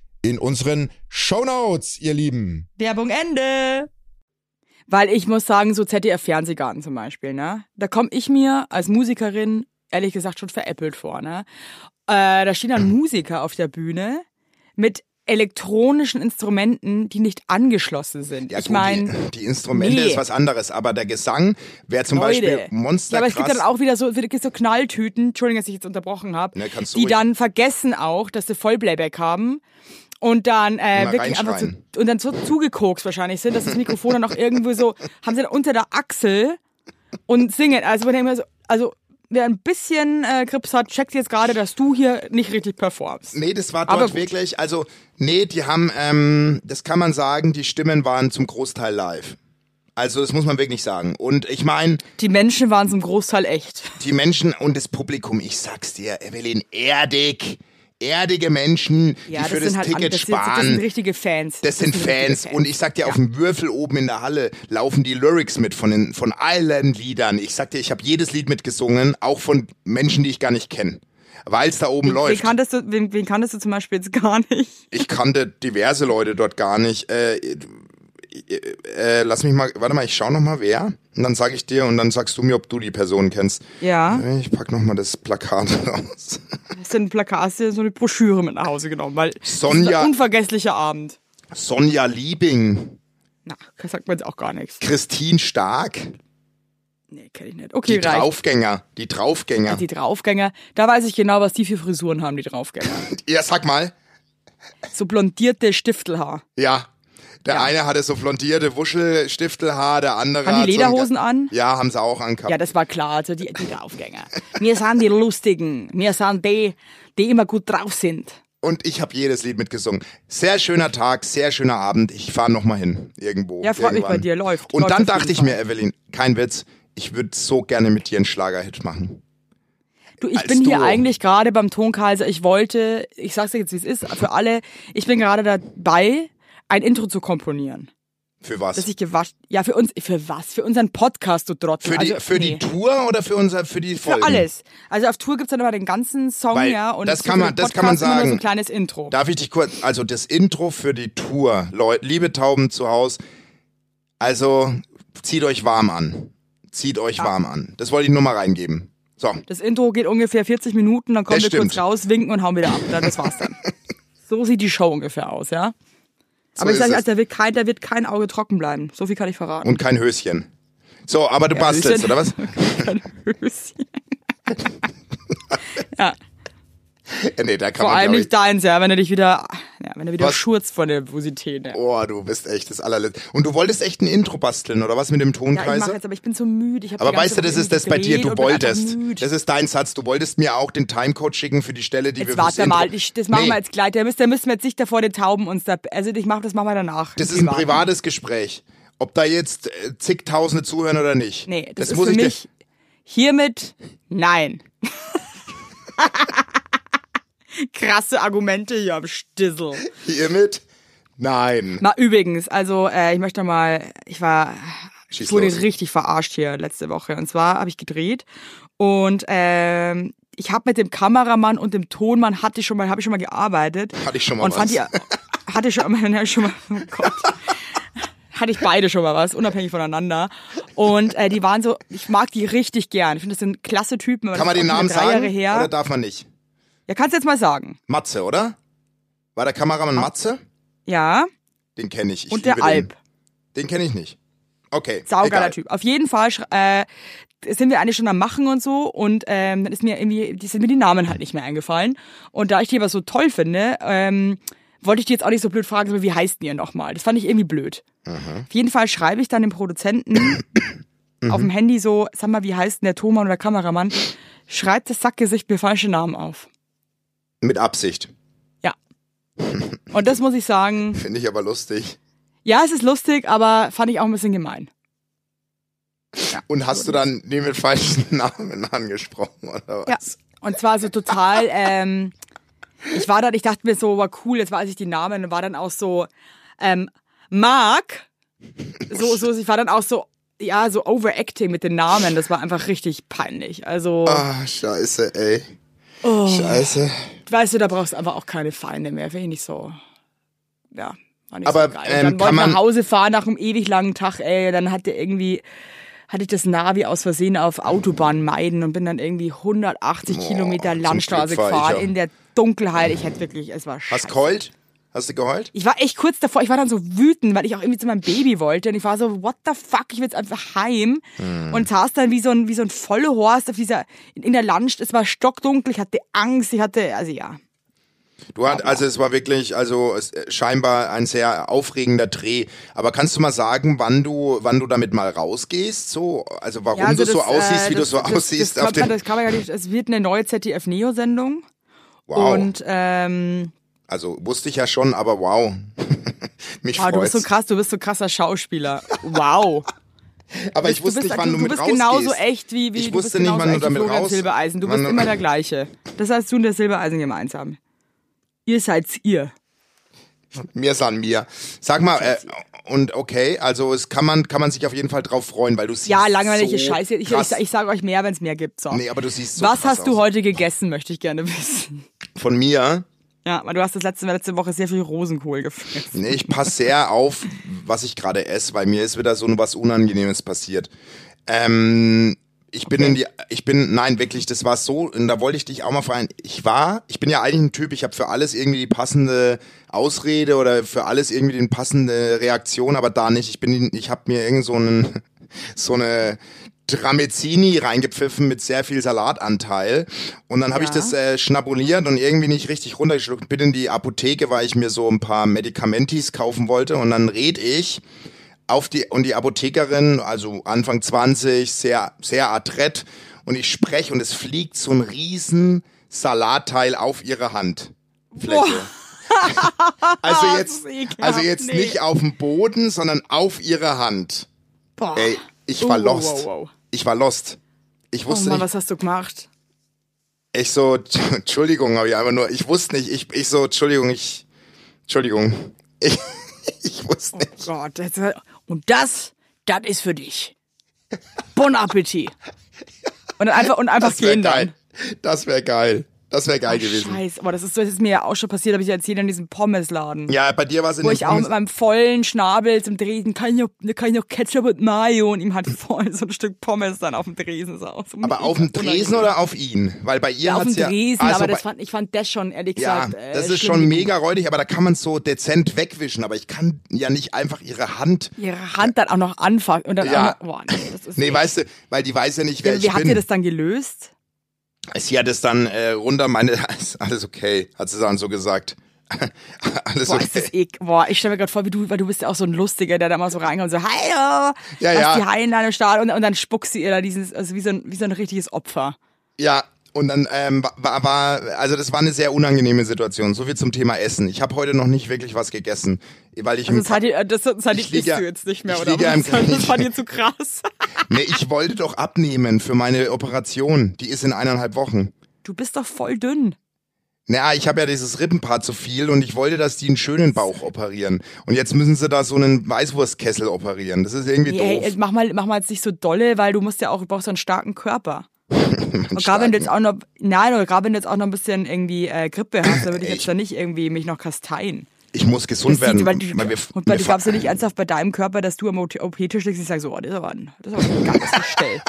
[SPEAKER 1] in unseren Shownotes, ihr Lieben.
[SPEAKER 4] Werbung Ende.
[SPEAKER 2] Weil ich muss sagen, so ZDF-Fernsehgarten zum Beispiel, ne? Da komme ich mir als Musikerin, ehrlich gesagt, schon veräppelt vor, ne? Äh, da stehen dann Musiker auf der Bühne mit elektronischen Instrumenten, die nicht angeschlossen sind.
[SPEAKER 1] Ja,
[SPEAKER 2] ich
[SPEAKER 1] gut,
[SPEAKER 2] meine,
[SPEAKER 1] die, die Instrumente
[SPEAKER 2] nee.
[SPEAKER 1] ist was anderes, aber der Gesang wäre zum Beispiel Monster.
[SPEAKER 2] ja, aber es gibt
[SPEAKER 1] krass.
[SPEAKER 2] dann auch wieder so, wieder so Knalltüten, Entschuldigung, dass ich jetzt unterbrochen habe,
[SPEAKER 1] Ne, kannst du
[SPEAKER 2] die
[SPEAKER 1] ruhig.
[SPEAKER 2] dann vergessen auch, dass sie Vollplayback haben und dann äh,
[SPEAKER 1] Mal
[SPEAKER 2] wirklich einfach zu,
[SPEAKER 1] reinschreien.
[SPEAKER 2] und dann so zugekokst wahrscheinlich sind, dass das Mikrofon dann auch irgendwo so, haben sie dann unter der Achsel und singen. Also, man denkt mir so, also wer ein bisschen äh, Grips hat, checkt jetzt gerade, dass du hier nicht richtig performst.
[SPEAKER 1] Nee, das war
[SPEAKER 2] Aber
[SPEAKER 1] dort
[SPEAKER 2] gut.
[SPEAKER 1] wirklich, also, nee, die haben, ähm, das kann man sagen, die Stimmen waren zum Großteil live. Also, das muss man wirklich sagen. Und ich meine,
[SPEAKER 2] Die Menschen waren zum Großteil echt.
[SPEAKER 1] die Menschen und das Publikum, ich sag's dir, Evelyn, erdig, erdige Menschen, die für das
[SPEAKER 2] an-
[SPEAKER 1] Ticket
[SPEAKER 2] das, sind, das sind
[SPEAKER 1] sparen.
[SPEAKER 2] richtige Fans.
[SPEAKER 1] Das sind
[SPEAKER 2] richtige
[SPEAKER 1] Fans und ich sag dir, auf dem Würfel oben in der Halle laufen die Lyrics mit von, den, von allen Liedern. Ich sag dir, ich habe jedes Lied mitgesungen, auch von Menschen, die ich gar nicht kenne, weil's da oben
[SPEAKER 2] Wen
[SPEAKER 1] läuft.
[SPEAKER 2] kanntest, du, wen, wen kanntest du zum Beispiel jetzt gar nicht?
[SPEAKER 1] ich kannte diverse Leute dort gar nicht. Äh, äh, äh, lass mich mal, warte mal, ich schau noch mal wer. Und dann sag ich dir und dann sagst du mir, ob du die Person kennst.
[SPEAKER 2] Ja.
[SPEAKER 1] Äh, Ich pack noch mal das Plakat raus.
[SPEAKER 2] Hast du ein Plakat, hast du so eine Broschüre mit nach Hause genommen? Weil
[SPEAKER 1] Sonja-
[SPEAKER 2] Das ist ein unvergesslicher Abend.
[SPEAKER 1] Sonja Liebing,
[SPEAKER 2] Na, das sagt mir jetzt auch gar nichts.
[SPEAKER 1] Christine Stark,
[SPEAKER 2] Nee, kenn ich nicht.
[SPEAKER 1] die
[SPEAKER 2] Okay, reicht.
[SPEAKER 1] Draufgänger, die Draufgänger.
[SPEAKER 2] Die Draufgänger, da weiß ich genau, was die für Frisuren haben, die Draufgänger.
[SPEAKER 1] Ja, sag mal.
[SPEAKER 2] So blondierte Stiftelhaar.
[SPEAKER 1] Ja. Der
[SPEAKER 2] Ja.
[SPEAKER 1] eine hatte so blondierte Wuschelstiftelhaar, der andere
[SPEAKER 2] Haben die
[SPEAKER 1] hat so ein-
[SPEAKER 2] Lederhosen an?
[SPEAKER 1] Ja, haben sie auch angehabt.
[SPEAKER 2] Ja, das war klar, also die, die Draufgänger. Mir sind die Lustigen. Mir sind die, die immer gut drauf sind.
[SPEAKER 1] Und ich habe jedes Lied mitgesungen. Sehr schöner Tag, sehr schöner Abend. Ich fahre nochmal hin. Irgendwo.
[SPEAKER 2] Ja, freut mich
[SPEAKER 1] irgendwann.
[SPEAKER 2] bei dir, läuft.
[SPEAKER 1] Und
[SPEAKER 2] Läuft
[SPEAKER 1] dann
[SPEAKER 2] auf jeden
[SPEAKER 1] dachte ich
[SPEAKER 2] Fall.
[SPEAKER 1] mir, Evelyn, kein Witz, ich würde so gerne mit dir einen Schlagerhit machen.
[SPEAKER 2] Du, ich
[SPEAKER 1] Als
[SPEAKER 2] bin hier
[SPEAKER 1] Duo.
[SPEAKER 2] eigentlich gerade beim Tonkaiser. Ich wollte, ich sag's dir jetzt, wie es ist, für alle, ich bin gerade dabei, ein Intro zu komponieren.
[SPEAKER 1] Für was?
[SPEAKER 2] Dass ich gewascht. Ja, für uns, für was? Für unseren Podcast, du Trottel.
[SPEAKER 1] für die,
[SPEAKER 2] also,
[SPEAKER 1] für
[SPEAKER 2] nee.
[SPEAKER 1] die Tour oder für unser, für die Folgen?
[SPEAKER 2] Für alles. Also auf Tour gibt's dann immer den ganzen Song,
[SPEAKER 1] Weil
[SPEAKER 2] ja, und
[SPEAKER 1] das
[SPEAKER 2] es
[SPEAKER 1] kann
[SPEAKER 2] gibt
[SPEAKER 1] man-
[SPEAKER 2] für den
[SPEAKER 1] das kann man
[SPEAKER 2] Podcast immer nur so ein
[SPEAKER 1] sagen.
[SPEAKER 2] kleines Intro.
[SPEAKER 1] Darf ich dich kurz, also das Intro für die Tour, Leute, liebe Tauben zu Hause, also zieht euch warm an. Zieht euch warm an. Das wollte ich nur mal reingeben. So,
[SPEAKER 2] Das Intro geht ungefähr 40 Minuten, dann kommen
[SPEAKER 1] Das
[SPEAKER 2] wir
[SPEAKER 1] stimmt.
[SPEAKER 2] kurz raus, winken und hauen wieder ab. Dann, das war's dann. so sieht die Show ungefähr aus, ja. Aber ich
[SPEAKER 1] ist
[SPEAKER 2] sage,
[SPEAKER 1] es.
[SPEAKER 2] also, da, wird kein, da wird kein Auge trocken bleiben. So viel kann ich verraten.
[SPEAKER 1] und kein Höschen. So, aber du bastelst,
[SPEAKER 2] Höschen.
[SPEAKER 1] oder was?
[SPEAKER 2] Kein Höschen. ja,
[SPEAKER 1] Äh, nee, da kann
[SPEAKER 2] vor
[SPEAKER 1] man,
[SPEAKER 2] allem
[SPEAKER 1] glaub ich,
[SPEAKER 2] nicht deins, ja, wenn du dich wieder, ja, wenn du wieder
[SPEAKER 1] Was?
[SPEAKER 2] schurzt von der Nervosität. Ja.
[SPEAKER 1] Oh, du bist echt das allerletzte. Und du wolltest echt ein Intro basteln, oder was mit dem
[SPEAKER 2] ja, ich
[SPEAKER 1] Tonkreise?
[SPEAKER 2] mach jetzt, aber ich bin so müde. Ich hab die
[SPEAKER 1] aber
[SPEAKER 2] ganze
[SPEAKER 1] weißt du, das
[SPEAKER 2] Woche
[SPEAKER 1] ist das bei
[SPEAKER 2] irgendwie
[SPEAKER 1] dir, du
[SPEAKER 2] gedreht und bin einfach
[SPEAKER 1] wolltest.
[SPEAKER 2] müde.
[SPEAKER 1] Das ist dein Satz. Du wolltest mir auch den Timecode schicken für die Stelle, die wir
[SPEAKER 2] Jetzt
[SPEAKER 1] fürs
[SPEAKER 2] warte mal,
[SPEAKER 1] Intro-
[SPEAKER 2] ich, das machen
[SPEAKER 1] Nee,
[SPEAKER 2] wir jetzt gleich. Da müssen, da müssen wir jetzt nicht davor den Tauben uns da. Also ich mach, das machen wir danach.
[SPEAKER 1] Das
[SPEAKER 2] Im
[SPEAKER 1] ist ein
[SPEAKER 2] Privaten.
[SPEAKER 1] privates Gespräch. Ob da jetzt äh, zigtausende zuhören oder nicht.
[SPEAKER 2] Nee, das, ist
[SPEAKER 1] muss
[SPEAKER 2] für
[SPEAKER 1] ich dir-
[SPEAKER 2] mich hiermit nein. Krasse Argumente hier am Stissel.
[SPEAKER 1] hiermit. Nein.
[SPEAKER 2] Mal übrigens, also äh, ich möchte mal, ich war
[SPEAKER 1] Schieß
[SPEAKER 2] ich wurde
[SPEAKER 1] los.
[SPEAKER 2] richtig verarscht hier letzte Woche. Und zwar habe ich gedreht und ähm, ich habe mit dem Kameramann und dem Tonmann hatte ich schon mal, habe ich schon mal gearbeitet.
[SPEAKER 1] Hatte ich schon mal
[SPEAKER 2] und Fand
[SPEAKER 1] was.
[SPEAKER 2] die, hatte schon mal, ne, schon mal, oh Gott. Hatte ich beide schon mal was, unabhängig voneinander. Und äh, die waren so, ich mag die richtig gern. Ich finde, das sind klasse Typen. aber
[SPEAKER 1] Kann man
[SPEAKER 2] das
[SPEAKER 1] den
[SPEAKER 2] ist auch schon
[SPEAKER 1] Namen
[SPEAKER 2] drei
[SPEAKER 1] sagen
[SPEAKER 2] Jahre her.
[SPEAKER 1] oder darf man nicht?
[SPEAKER 2] Ja, kannst du jetzt mal sagen.
[SPEAKER 1] Matze, oder? War der Kameramann Matze?
[SPEAKER 2] Ja.
[SPEAKER 1] Den kenne ich. ich.
[SPEAKER 2] Ah. Und der
[SPEAKER 1] liebe
[SPEAKER 2] Alp.
[SPEAKER 1] Den, den kenne ich nicht. Okay.
[SPEAKER 2] Saugeiler
[SPEAKER 1] egal.
[SPEAKER 2] Typ. Auf jeden Fall schre- äh, sind wir eigentlich schon am Machen und so und ähm, dann ist mir irgendwie, die sind mir die Namen halt nicht mehr eingefallen. Und da ich die aber so toll finde, ähm, wollte ich die jetzt auch nicht so blöd fragen, so wie heißt denn ihr nochmal? Das fand ich irgendwie blöd. Auf jeden Fall schreibe ich dann dem Produzenten auf dem Handy so, sag mal, wie heißt denn der Thomann oder Kameramann? Schreibt das Sackgesicht mir falsche Namen auf.
[SPEAKER 1] Mit Absicht.
[SPEAKER 2] Ja. Und das muss ich sagen,
[SPEAKER 1] Finde ich aber lustig.
[SPEAKER 2] ja, es ist lustig, aber fand ich auch ein bisschen gemein.
[SPEAKER 1] Und hast du dann den mit falschen Namen angesprochen, oder was?
[SPEAKER 2] Ja. Und zwar so total, ähm, ich war dann, ich dachte mir so, war cool, jetzt weiß ich die Namen und war dann auch so, ähm, Mark, so, so, ich war dann auch so, ja, so overacting mit den Namen, das war einfach richtig peinlich. Also,
[SPEAKER 1] Ah, scheiße, ey.
[SPEAKER 2] Oh.
[SPEAKER 1] Scheiße.
[SPEAKER 2] weißt du, da brauchst du einfach auch keine Feinde mehr, finde ich so, ja. War nicht
[SPEAKER 1] Aber,
[SPEAKER 2] so geil.
[SPEAKER 1] ähm,
[SPEAKER 2] Und dann
[SPEAKER 1] kann
[SPEAKER 2] wollte ich
[SPEAKER 1] man-
[SPEAKER 2] nach Hause fahren nach einem ewig langen Tag, ey, dann hatte irgendwie, hatte ich das Navi aus Versehen auf Autobahn meiden und bin dann irgendwie 180
[SPEAKER 1] Boah,
[SPEAKER 2] Kilometer
[SPEAKER 1] zum
[SPEAKER 2] Landstraße
[SPEAKER 1] Glück war ich
[SPEAKER 2] gefahren
[SPEAKER 1] ja.
[SPEAKER 2] in der Dunkelheit. Ich hätte wirklich, es war
[SPEAKER 1] Hast
[SPEAKER 2] scheiße.
[SPEAKER 1] du geheult? Hast du geheult?
[SPEAKER 2] Ich war echt kurz davor, ich war dann so wütend, weil ich auch irgendwie zu meinem Baby wollte und ich war so, what the fuck, ich will jetzt einfach heim
[SPEAKER 1] Hm.
[SPEAKER 2] und saß dann wie so ein, wie so ein Vollhorst auf dieser, in, in der Landstraße, es war stockdunkel, ich hatte Angst, ich hatte, also ja.
[SPEAKER 1] Du hast, also es war wirklich, also es, äh, scheinbar ein sehr aufregender Dreh. Aber kannst du mal sagen, wann du, wann du damit mal rausgehst? So, also warum
[SPEAKER 2] ja also
[SPEAKER 1] du so
[SPEAKER 2] das,
[SPEAKER 1] aussiehst,
[SPEAKER 2] äh,
[SPEAKER 1] wie du
[SPEAKER 2] das,
[SPEAKER 1] so
[SPEAKER 2] das, halt
[SPEAKER 1] aussiehst
[SPEAKER 2] Das,
[SPEAKER 1] auf
[SPEAKER 2] glaubt man-
[SPEAKER 1] den.
[SPEAKER 2] das kann man gar nicht, es wird eine neue ZDF-Neo-Sendung
[SPEAKER 1] wow.
[SPEAKER 2] und ähm,
[SPEAKER 1] also wusste ich ja schon, aber wow. Mich
[SPEAKER 2] wow, Ah, du bist
[SPEAKER 1] freut's.
[SPEAKER 2] so krass, du bist so krasser Schauspieler. Wow.
[SPEAKER 1] aber ich
[SPEAKER 2] Du
[SPEAKER 1] wusste
[SPEAKER 2] bist-
[SPEAKER 1] nicht, wann
[SPEAKER 2] du,
[SPEAKER 1] du,
[SPEAKER 2] du
[SPEAKER 1] mit
[SPEAKER 2] bist
[SPEAKER 1] rausgehst.
[SPEAKER 2] genauso echt wie, wie
[SPEAKER 1] Ich
[SPEAKER 2] du
[SPEAKER 1] wusste
[SPEAKER 2] bist
[SPEAKER 1] nicht,
[SPEAKER 2] genauso
[SPEAKER 1] wann du
[SPEAKER 2] echt wie
[SPEAKER 1] damit
[SPEAKER 2] Florian
[SPEAKER 1] raus-
[SPEAKER 2] Silbereisen. Du
[SPEAKER 1] wann
[SPEAKER 2] bist
[SPEAKER 1] du-
[SPEAKER 2] immer der gleiche. Das heißt, du und der Silbereisen gemeinsam. Ihr seid's ihr.
[SPEAKER 1] Mir san mir. Sag mal, äh, und okay, also es kann man, kann man sich auf jeden Fall drauf freuen, weil du siehst.
[SPEAKER 2] Ja, langweilige
[SPEAKER 1] so
[SPEAKER 2] Scheiße. Ich, ich,
[SPEAKER 1] krass-
[SPEAKER 2] ich sage euch mehr, wenn es mehr gibt. So.
[SPEAKER 1] Nee, aber du siehst so
[SPEAKER 2] Was
[SPEAKER 1] krass
[SPEAKER 2] hast du
[SPEAKER 1] aus.
[SPEAKER 2] heute gegessen, möchte ich gerne wissen.
[SPEAKER 1] Von mir?
[SPEAKER 2] Ja, weil du hast das letzte, letzte Woche sehr viel Rosenkohl gefressen.
[SPEAKER 1] Nee, ich passe sehr auf, was ich gerade esse, weil mir ist wieder so was Unangenehmes passiert. Ähm, ich bin in die, ich bin, nein, wirklich, das war so, und da wollte ich dich auch mal fragen. Ich war, ich bin ja eigentlich ein Typ, ich habe für alles irgendwie die passende Ausrede oder für alles irgendwie die passende Reaktion, aber da nicht. Ich bin, ich habe mir irgend so einen, so eine Tramezzini reingepfiffen mit sehr viel Salatanteil. Und dann habe ich
[SPEAKER 2] Ja.
[SPEAKER 1] das äh, schnabuliert und irgendwie nicht richtig runtergeschluckt. Bin in die Apotheke, weil ich mir so ein paar Medikamentis kaufen wollte. Und dann red ich auf die, und die Apothekerin, also Anfang 20, sehr, sehr adrett. Und ich spreche und es fliegt so ein riesen Salatteil auf ihre Hand. Also
[SPEAKER 2] Das
[SPEAKER 1] jetzt,
[SPEAKER 2] ist ekelhaft,
[SPEAKER 1] also jetzt
[SPEAKER 2] nee.
[SPEAKER 1] nicht auf dem Boden, sondern auf ihre Hand.
[SPEAKER 2] Boah.
[SPEAKER 1] Ey, ich war
[SPEAKER 2] Oh,
[SPEAKER 1] lost.
[SPEAKER 2] wow, wow.
[SPEAKER 1] Ich war lost. Ich
[SPEAKER 2] Oh
[SPEAKER 1] wusste
[SPEAKER 2] Mann,
[SPEAKER 1] nicht,
[SPEAKER 2] was hast du gemacht?
[SPEAKER 1] ich so, Entschuldigung, habe ich einfach nur, ich wusste nicht, ich, ich so, Entschuldigung, ich, Entschuldigung, ich, ich wusste nicht.
[SPEAKER 2] Gott, das, und das, das ist für dich. Bon Appetit. Und dann einfach, und einfach
[SPEAKER 1] Das wäre
[SPEAKER 2] gehen dann.
[SPEAKER 1] geil. Das wäre geil. Das wäre geil gewesen.
[SPEAKER 2] Scheiße, aber das ist, so- das ist mir ja auch schon passiert, habe ich ja erzählt in diesem Pommesladen.
[SPEAKER 1] Ja, bei dir war es in
[SPEAKER 2] Wo
[SPEAKER 1] den
[SPEAKER 2] ich auch mit meinem vollen Schnabel zum Dresen kann ich noch, kann ich noch Ketchup und Mayo und ihm hat voll so ein Stück Pommes dann auf dem Dresen. Ist auch so
[SPEAKER 1] aber auf dem Dresen oder auf ihn? Weil bei ihr
[SPEAKER 2] Ja, auf
[SPEAKER 1] hat's
[SPEAKER 2] dem
[SPEAKER 1] ja,
[SPEAKER 2] Dresen,
[SPEAKER 1] also
[SPEAKER 2] aber
[SPEAKER 1] bei-
[SPEAKER 2] das fand, ich fand das schon, ehrlich
[SPEAKER 1] ja,
[SPEAKER 2] gesagt. äh,
[SPEAKER 1] das ist
[SPEAKER 2] schlimm
[SPEAKER 1] schon
[SPEAKER 2] genug.
[SPEAKER 1] mega räudig, aber da kann man so dezent wegwischen, aber ich kann ja nicht einfach ihre Hand.
[SPEAKER 2] Ihre Hand dann auch noch anfassen und dann
[SPEAKER 1] Ja.
[SPEAKER 2] auch noch, boah, nee, das ist
[SPEAKER 1] Nee,
[SPEAKER 2] echt-
[SPEAKER 1] weißt du, weil die weiß ja nicht, wer
[SPEAKER 2] Ja,
[SPEAKER 1] ich
[SPEAKER 2] Wie habt
[SPEAKER 1] bin.
[SPEAKER 2] ihr das dann gelöst?
[SPEAKER 1] Sie hat es dann äh, runter, meine, ist alles okay, hat sie dann so gesagt. alles
[SPEAKER 2] Boah, ist
[SPEAKER 1] okay.
[SPEAKER 2] das ek Boah, ich stelle mir gerade vor, wie du, weil du bist ja auch so ein Lustiger, der da mal so reinkommt und so, hallo,
[SPEAKER 1] Ja,
[SPEAKER 2] hast
[SPEAKER 1] ja.
[SPEAKER 2] die Heinlein im Start und, und dann spuckst du ihr da dieses, also wie so ein, wie so ein richtiges Opfer.
[SPEAKER 1] Ja, und dann ähm, wa- war, war, also das war eine sehr unangenehme Situation. So viel zum Thema Essen. Ich habe heute noch nicht wirklich was gegessen, weil ich,
[SPEAKER 2] Das hat dir, das, das hat
[SPEAKER 1] Hm. Ich
[SPEAKER 2] dir,
[SPEAKER 1] lieg
[SPEAKER 2] isst
[SPEAKER 1] ja-
[SPEAKER 2] du jetzt nicht mehr,
[SPEAKER 1] ich
[SPEAKER 2] oder?
[SPEAKER 1] lieg ja im
[SPEAKER 2] was? das war
[SPEAKER 1] Knie.
[SPEAKER 2] dir zu krass.
[SPEAKER 1] nee, ich wollte doch abnehmen für meine Operation. Die ist in eineinhalb Wochen.
[SPEAKER 2] Du bist doch voll dünn.
[SPEAKER 1] Naja, ich habe ja dieses Rippenpaar zu viel und ich wollte, dass die einen schönen Bauch operieren. Und jetzt müssen sie da so einen Weißwurstkessel operieren. Das ist irgendwie
[SPEAKER 2] Ja,
[SPEAKER 1] doof.
[SPEAKER 2] ey, mach mal, mach mal jetzt nicht so dolle, weil du musst ja auch, du brauchst so einen starken Körper.
[SPEAKER 1] Mann,
[SPEAKER 2] Und gerade wenn
[SPEAKER 1] stark.
[SPEAKER 2] du jetzt auch noch, nein, oder gerade wenn du jetzt auch noch ein bisschen irgendwie äh, Grippe hast, dann würde ich
[SPEAKER 1] Ich-
[SPEAKER 2] jetzt da nicht irgendwie mich noch kasteien.
[SPEAKER 1] ich muss gesund
[SPEAKER 2] Das
[SPEAKER 1] werden.
[SPEAKER 2] sieht- weil du-
[SPEAKER 1] weil wir-
[SPEAKER 2] und weil
[SPEAKER 1] wir
[SPEAKER 2] du
[SPEAKER 1] fa-
[SPEAKER 2] glaubst ja nicht ernsthaft bei deinem Körper, dass du am OP-Tisch liegst und sagst, so, oh, das ist aber ein, das ist aber ein geiles Gestell.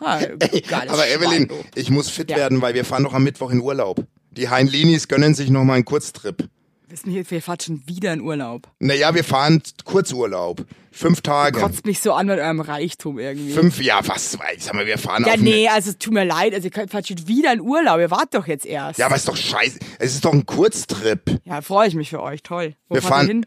[SPEAKER 2] Ah, geiles
[SPEAKER 1] Aber Evelyn,
[SPEAKER 2] Schwein,
[SPEAKER 1] ich muss fit
[SPEAKER 2] Ja.
[SPEAKER 1] werden, weil wir fahren doch am Mittwoch in Urlaub. Die Heinlinis gönnen sich nochmal einen Kurztrip.
[SPEAKER 2] du. Wissen wir, wir fahren schon wieder in Urlaub.
[SPEAKER 1] Naja, wir fahren Kurzurlaub. Fünf Tage.
[SPEAKER 2] Kotzt mich so an mit eurem Reichtum irgendwie.
[SPEAKER 1] Fünf, ja, was? Ich sag mal, wir fahren
[SPEAKER 2] ja,
[SPEAKER 1] auf eine-
[SPEAKER 2] nee, also es tut mir leid, also ihr könnt- fahrt schon wieder in Urlaub, ihr wart doch jetzt erst.
[SPEAKER 1] Ja, aber ist doch scheiße. Es ist doch ein Kurztrip.
[SPEAKER 2] Ja, freue ich mich für euch, toll. Wo
[SPEAKER 1] Wir
[SPEAKER 2] fahrt ihr
[SPEAKER 1] fahren-
[SPEAKER 2] hin?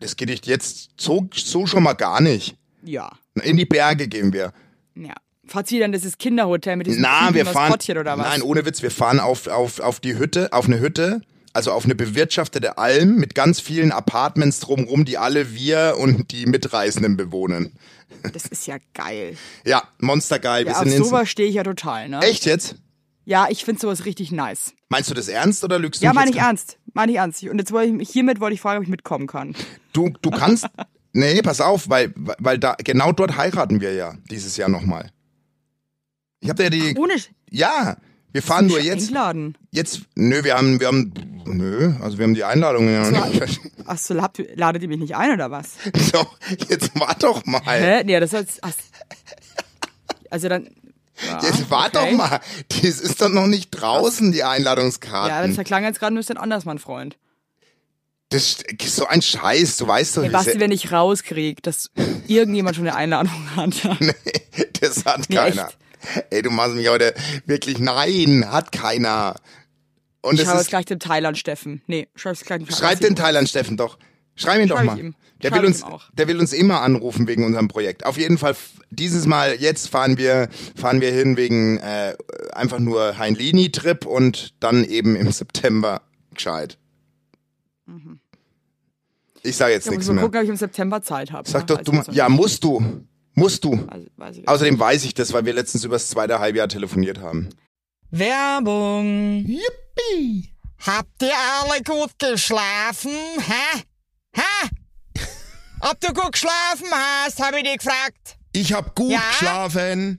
[SPEAKER 1] Das geht nicht jetzt so, so schon mal gar nicht.
[SPEAKER 2] Ja,
[SPEAKER 1] In die Berge gehen wir.
[SPEAKER 2] ja. Fahrt ihr dann dieses Kinderhotel mit diesem
[SPEAKER 1] Na,
[SPEAKER 2] Typen
[SPEAKER 1] wir
[SPEAKER 2] aus
[SPEAKER 1] fahren.
[SPEAKER 2] Pottchen oder was?
[SPEAKER 1] Nein, ohne Witz, wir fahren auf, auf, auf die Hütte, auf eine Hütte, also auf eine bewirtschaftete Alm mit ganz vielen Apartments drumrum, die alle wir und die Mitreisenden bewohnen.
[SPEAKER 2] Das ist ja geil.
[SPEAKER 1] Ja, monstergeil.
[SPEAKER 2] Ja,
[SPEAKER 1] wir
[SPEAKER 2] auf
[SPEAKER 1] sind ins.
[SPEAKER 2] sowas stehe ich ja total, ne?
[SPEAKER 1] Echt jetzt?
[SPEAKER 2] Ja, ich finde sowas richtig nice.
[SPEAKER 1] Meinst du das ernst oder lügst du
[SPEAKER 2] Ja,
[SPEAKER 1] mich
[SPEAKER 2] meine
[SPEAKER 1] jetzt
[SPEAKER 2] ich
[SPEAKER 1] grad?
[SPEAKER 2] ernst. Meine ich ernst. Und jetzt wollte ich mich hiermit wollte ich fragen, ob ich mitkommen kann.
[SPEAKER 1] Du, du kannst. nee, pass auf, weil, weil da, genau dort heiraten wir ja dieses Jahr nochmal. Ich hab dir die.
[SPEAKER 2] Ohne Sch-
[SPEAKER 1] Ja, wir fahren nur
[SPEAKER 2] Sch-
[SPEAKER 1] jetzt.
[SPEAKER 2] Einladen.
[SPEAKER 1] Jetzt. Nö, wir haben, wir haben. Nö, also wir haben die Einladung ja noch nicht.
[SPEAKER 2] Achso, habt ihr- ladet ihr mich nicht ein oder was?
[SPEAKER 1] So, jetzt war doch mal.
[SPEAKER 2] Hä? Nee, das ist. ach- Also dann.
[SPEAKER 1] Jetzt war
[SPEAKER 2] okay.
[SPEAKER 1] doch mal. Das ist doch noch nicht draußen, die Einladungskarte.
[SPEAKER 2] Ja, das klang jetzt gerade ein bisschen anders, mein Freund.
[SPEAKER 1] das ist so ein Scheiß, du weißt doch,
[SPEAKER 2] Ey,
[SPEAKER 1] das,
[SPEAKER 2] Basti, wenn ich rauskrieg, dass irgendjemand schon eine Einladung hat.
[SPEAKER 1] das hat
[SPEAKER 2] Nee, echt.
[SPEAKER 1] keiner. Ey, du machst mich heute wirklich, nein, hat keiner. Und
[SPEAKER 2] Ich
[SPEAKER 1] es
[SPEAKER 2] schreibe
[SPEAKER 1] ist,
[SPEAKER 2] jetzt gleich dem Thailand Steffen. Nee, schreib's gleich dem
[SPEAKER 1] schreib den Teil an Steffen doch. Schreib ihn doch
[SPEAKER 2] Schreib ich
[SPEAKER 1] mal.
[SPEAKER 2] ihm.
[SPEAKER 1] Der
[SPEAKER 2] Schreib
[SPEAKER 1] will,
[SPEAKER 2] ich
[SPEAKER 1] uns,
[SPEAKER 2] ihm auch.
[SPEAKER 1] der will uns immer anrufen wegen unserem Projekt. Auf jeden Fall, f- dieses Mal, jetzt fahren wir, fahren wir hin wegen äh, einfach nur Heinlini-Trip und dann eben im September gescheit.
[SPEAKER 2] Mhm.
[SPEAKER 1] Ich sage jetzt
[SPEAKER 2] Ich
[SPEAKER 1] nichts
[SPEAKER 2] muss mal
[SPEAKER 1] mehr.
[SPEAKER 2] gucken, ob ich im September Zeit ne? Also
[SPEAKER 1] Sag
[SPEAKER 2] habe.
[SPEAKER 1] doch, du, ma- ja, musst du. Musst du.
[SPEAKER 2] Also, weiß ich
[SPEAKER 1] Außerdem weiß ich das, weil wir letztens über das zweite Halbjahr telefoniert haben.
[SPEAKER 4] Werbung.
[SPEAKER 5] Yippie! Habt ihr alle gut geschlafen? Hä? Hä? Ob du gut geschlafen hast, habe ich dich gefragt.
[SPEAKER 6] Ich hab gut
[SPEAKER 5] Ja?
[SPEAKER 6] geschlafen.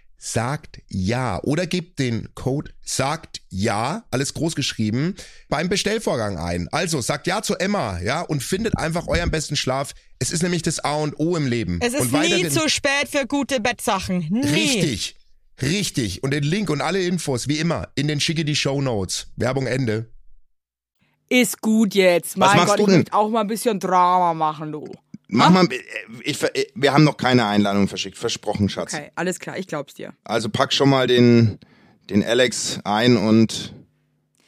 [SPEAKER 6] sagt ja oder gebt den Code sagt ja, alles groß geschrieben, beim Bestellvorgang ein. Also sagt ja zu Emma, ja, und findet einfach euren besten Schlaf. Es ist nämlich das A und O im Leben.
[SPEAKER 4] Es ist
[SPEAKER 6] und
[SPEAKER 4] nie
[SPEAKER 6] weiterhin-
[SPEAKER 4] zu spät für gute Bettsachen. Nie.
[SPEAKER 6] Richtig. Richtig. Und den Link und alle Infos, wie immer, in den schicke die Show Notes. Werbung Ende.
[SPEAKER 2] Ist gut jetzt.
[SPEAKER 1] Was
[SPEAKER 2] Mein
[SPEAKER 1] machst
[SPEAKER 2] Gott,
[SPEAKER 1] du
[SPEAKER 2] ich
[SPEAKER 1] denn?
[SPEAKER 2] möchte auch mal ein bisschen Drama machen, du.
[SPEAKER 1] Mach mal, äh, ich, ver- äh, wir haben noch keine Einladung verschickt, versprochen, Schatz.
[SPEAKER 2] Okay, alles klar, ich glaub's dir.
[SPEAKER 1] Also pack schon mal den, den Alex ein und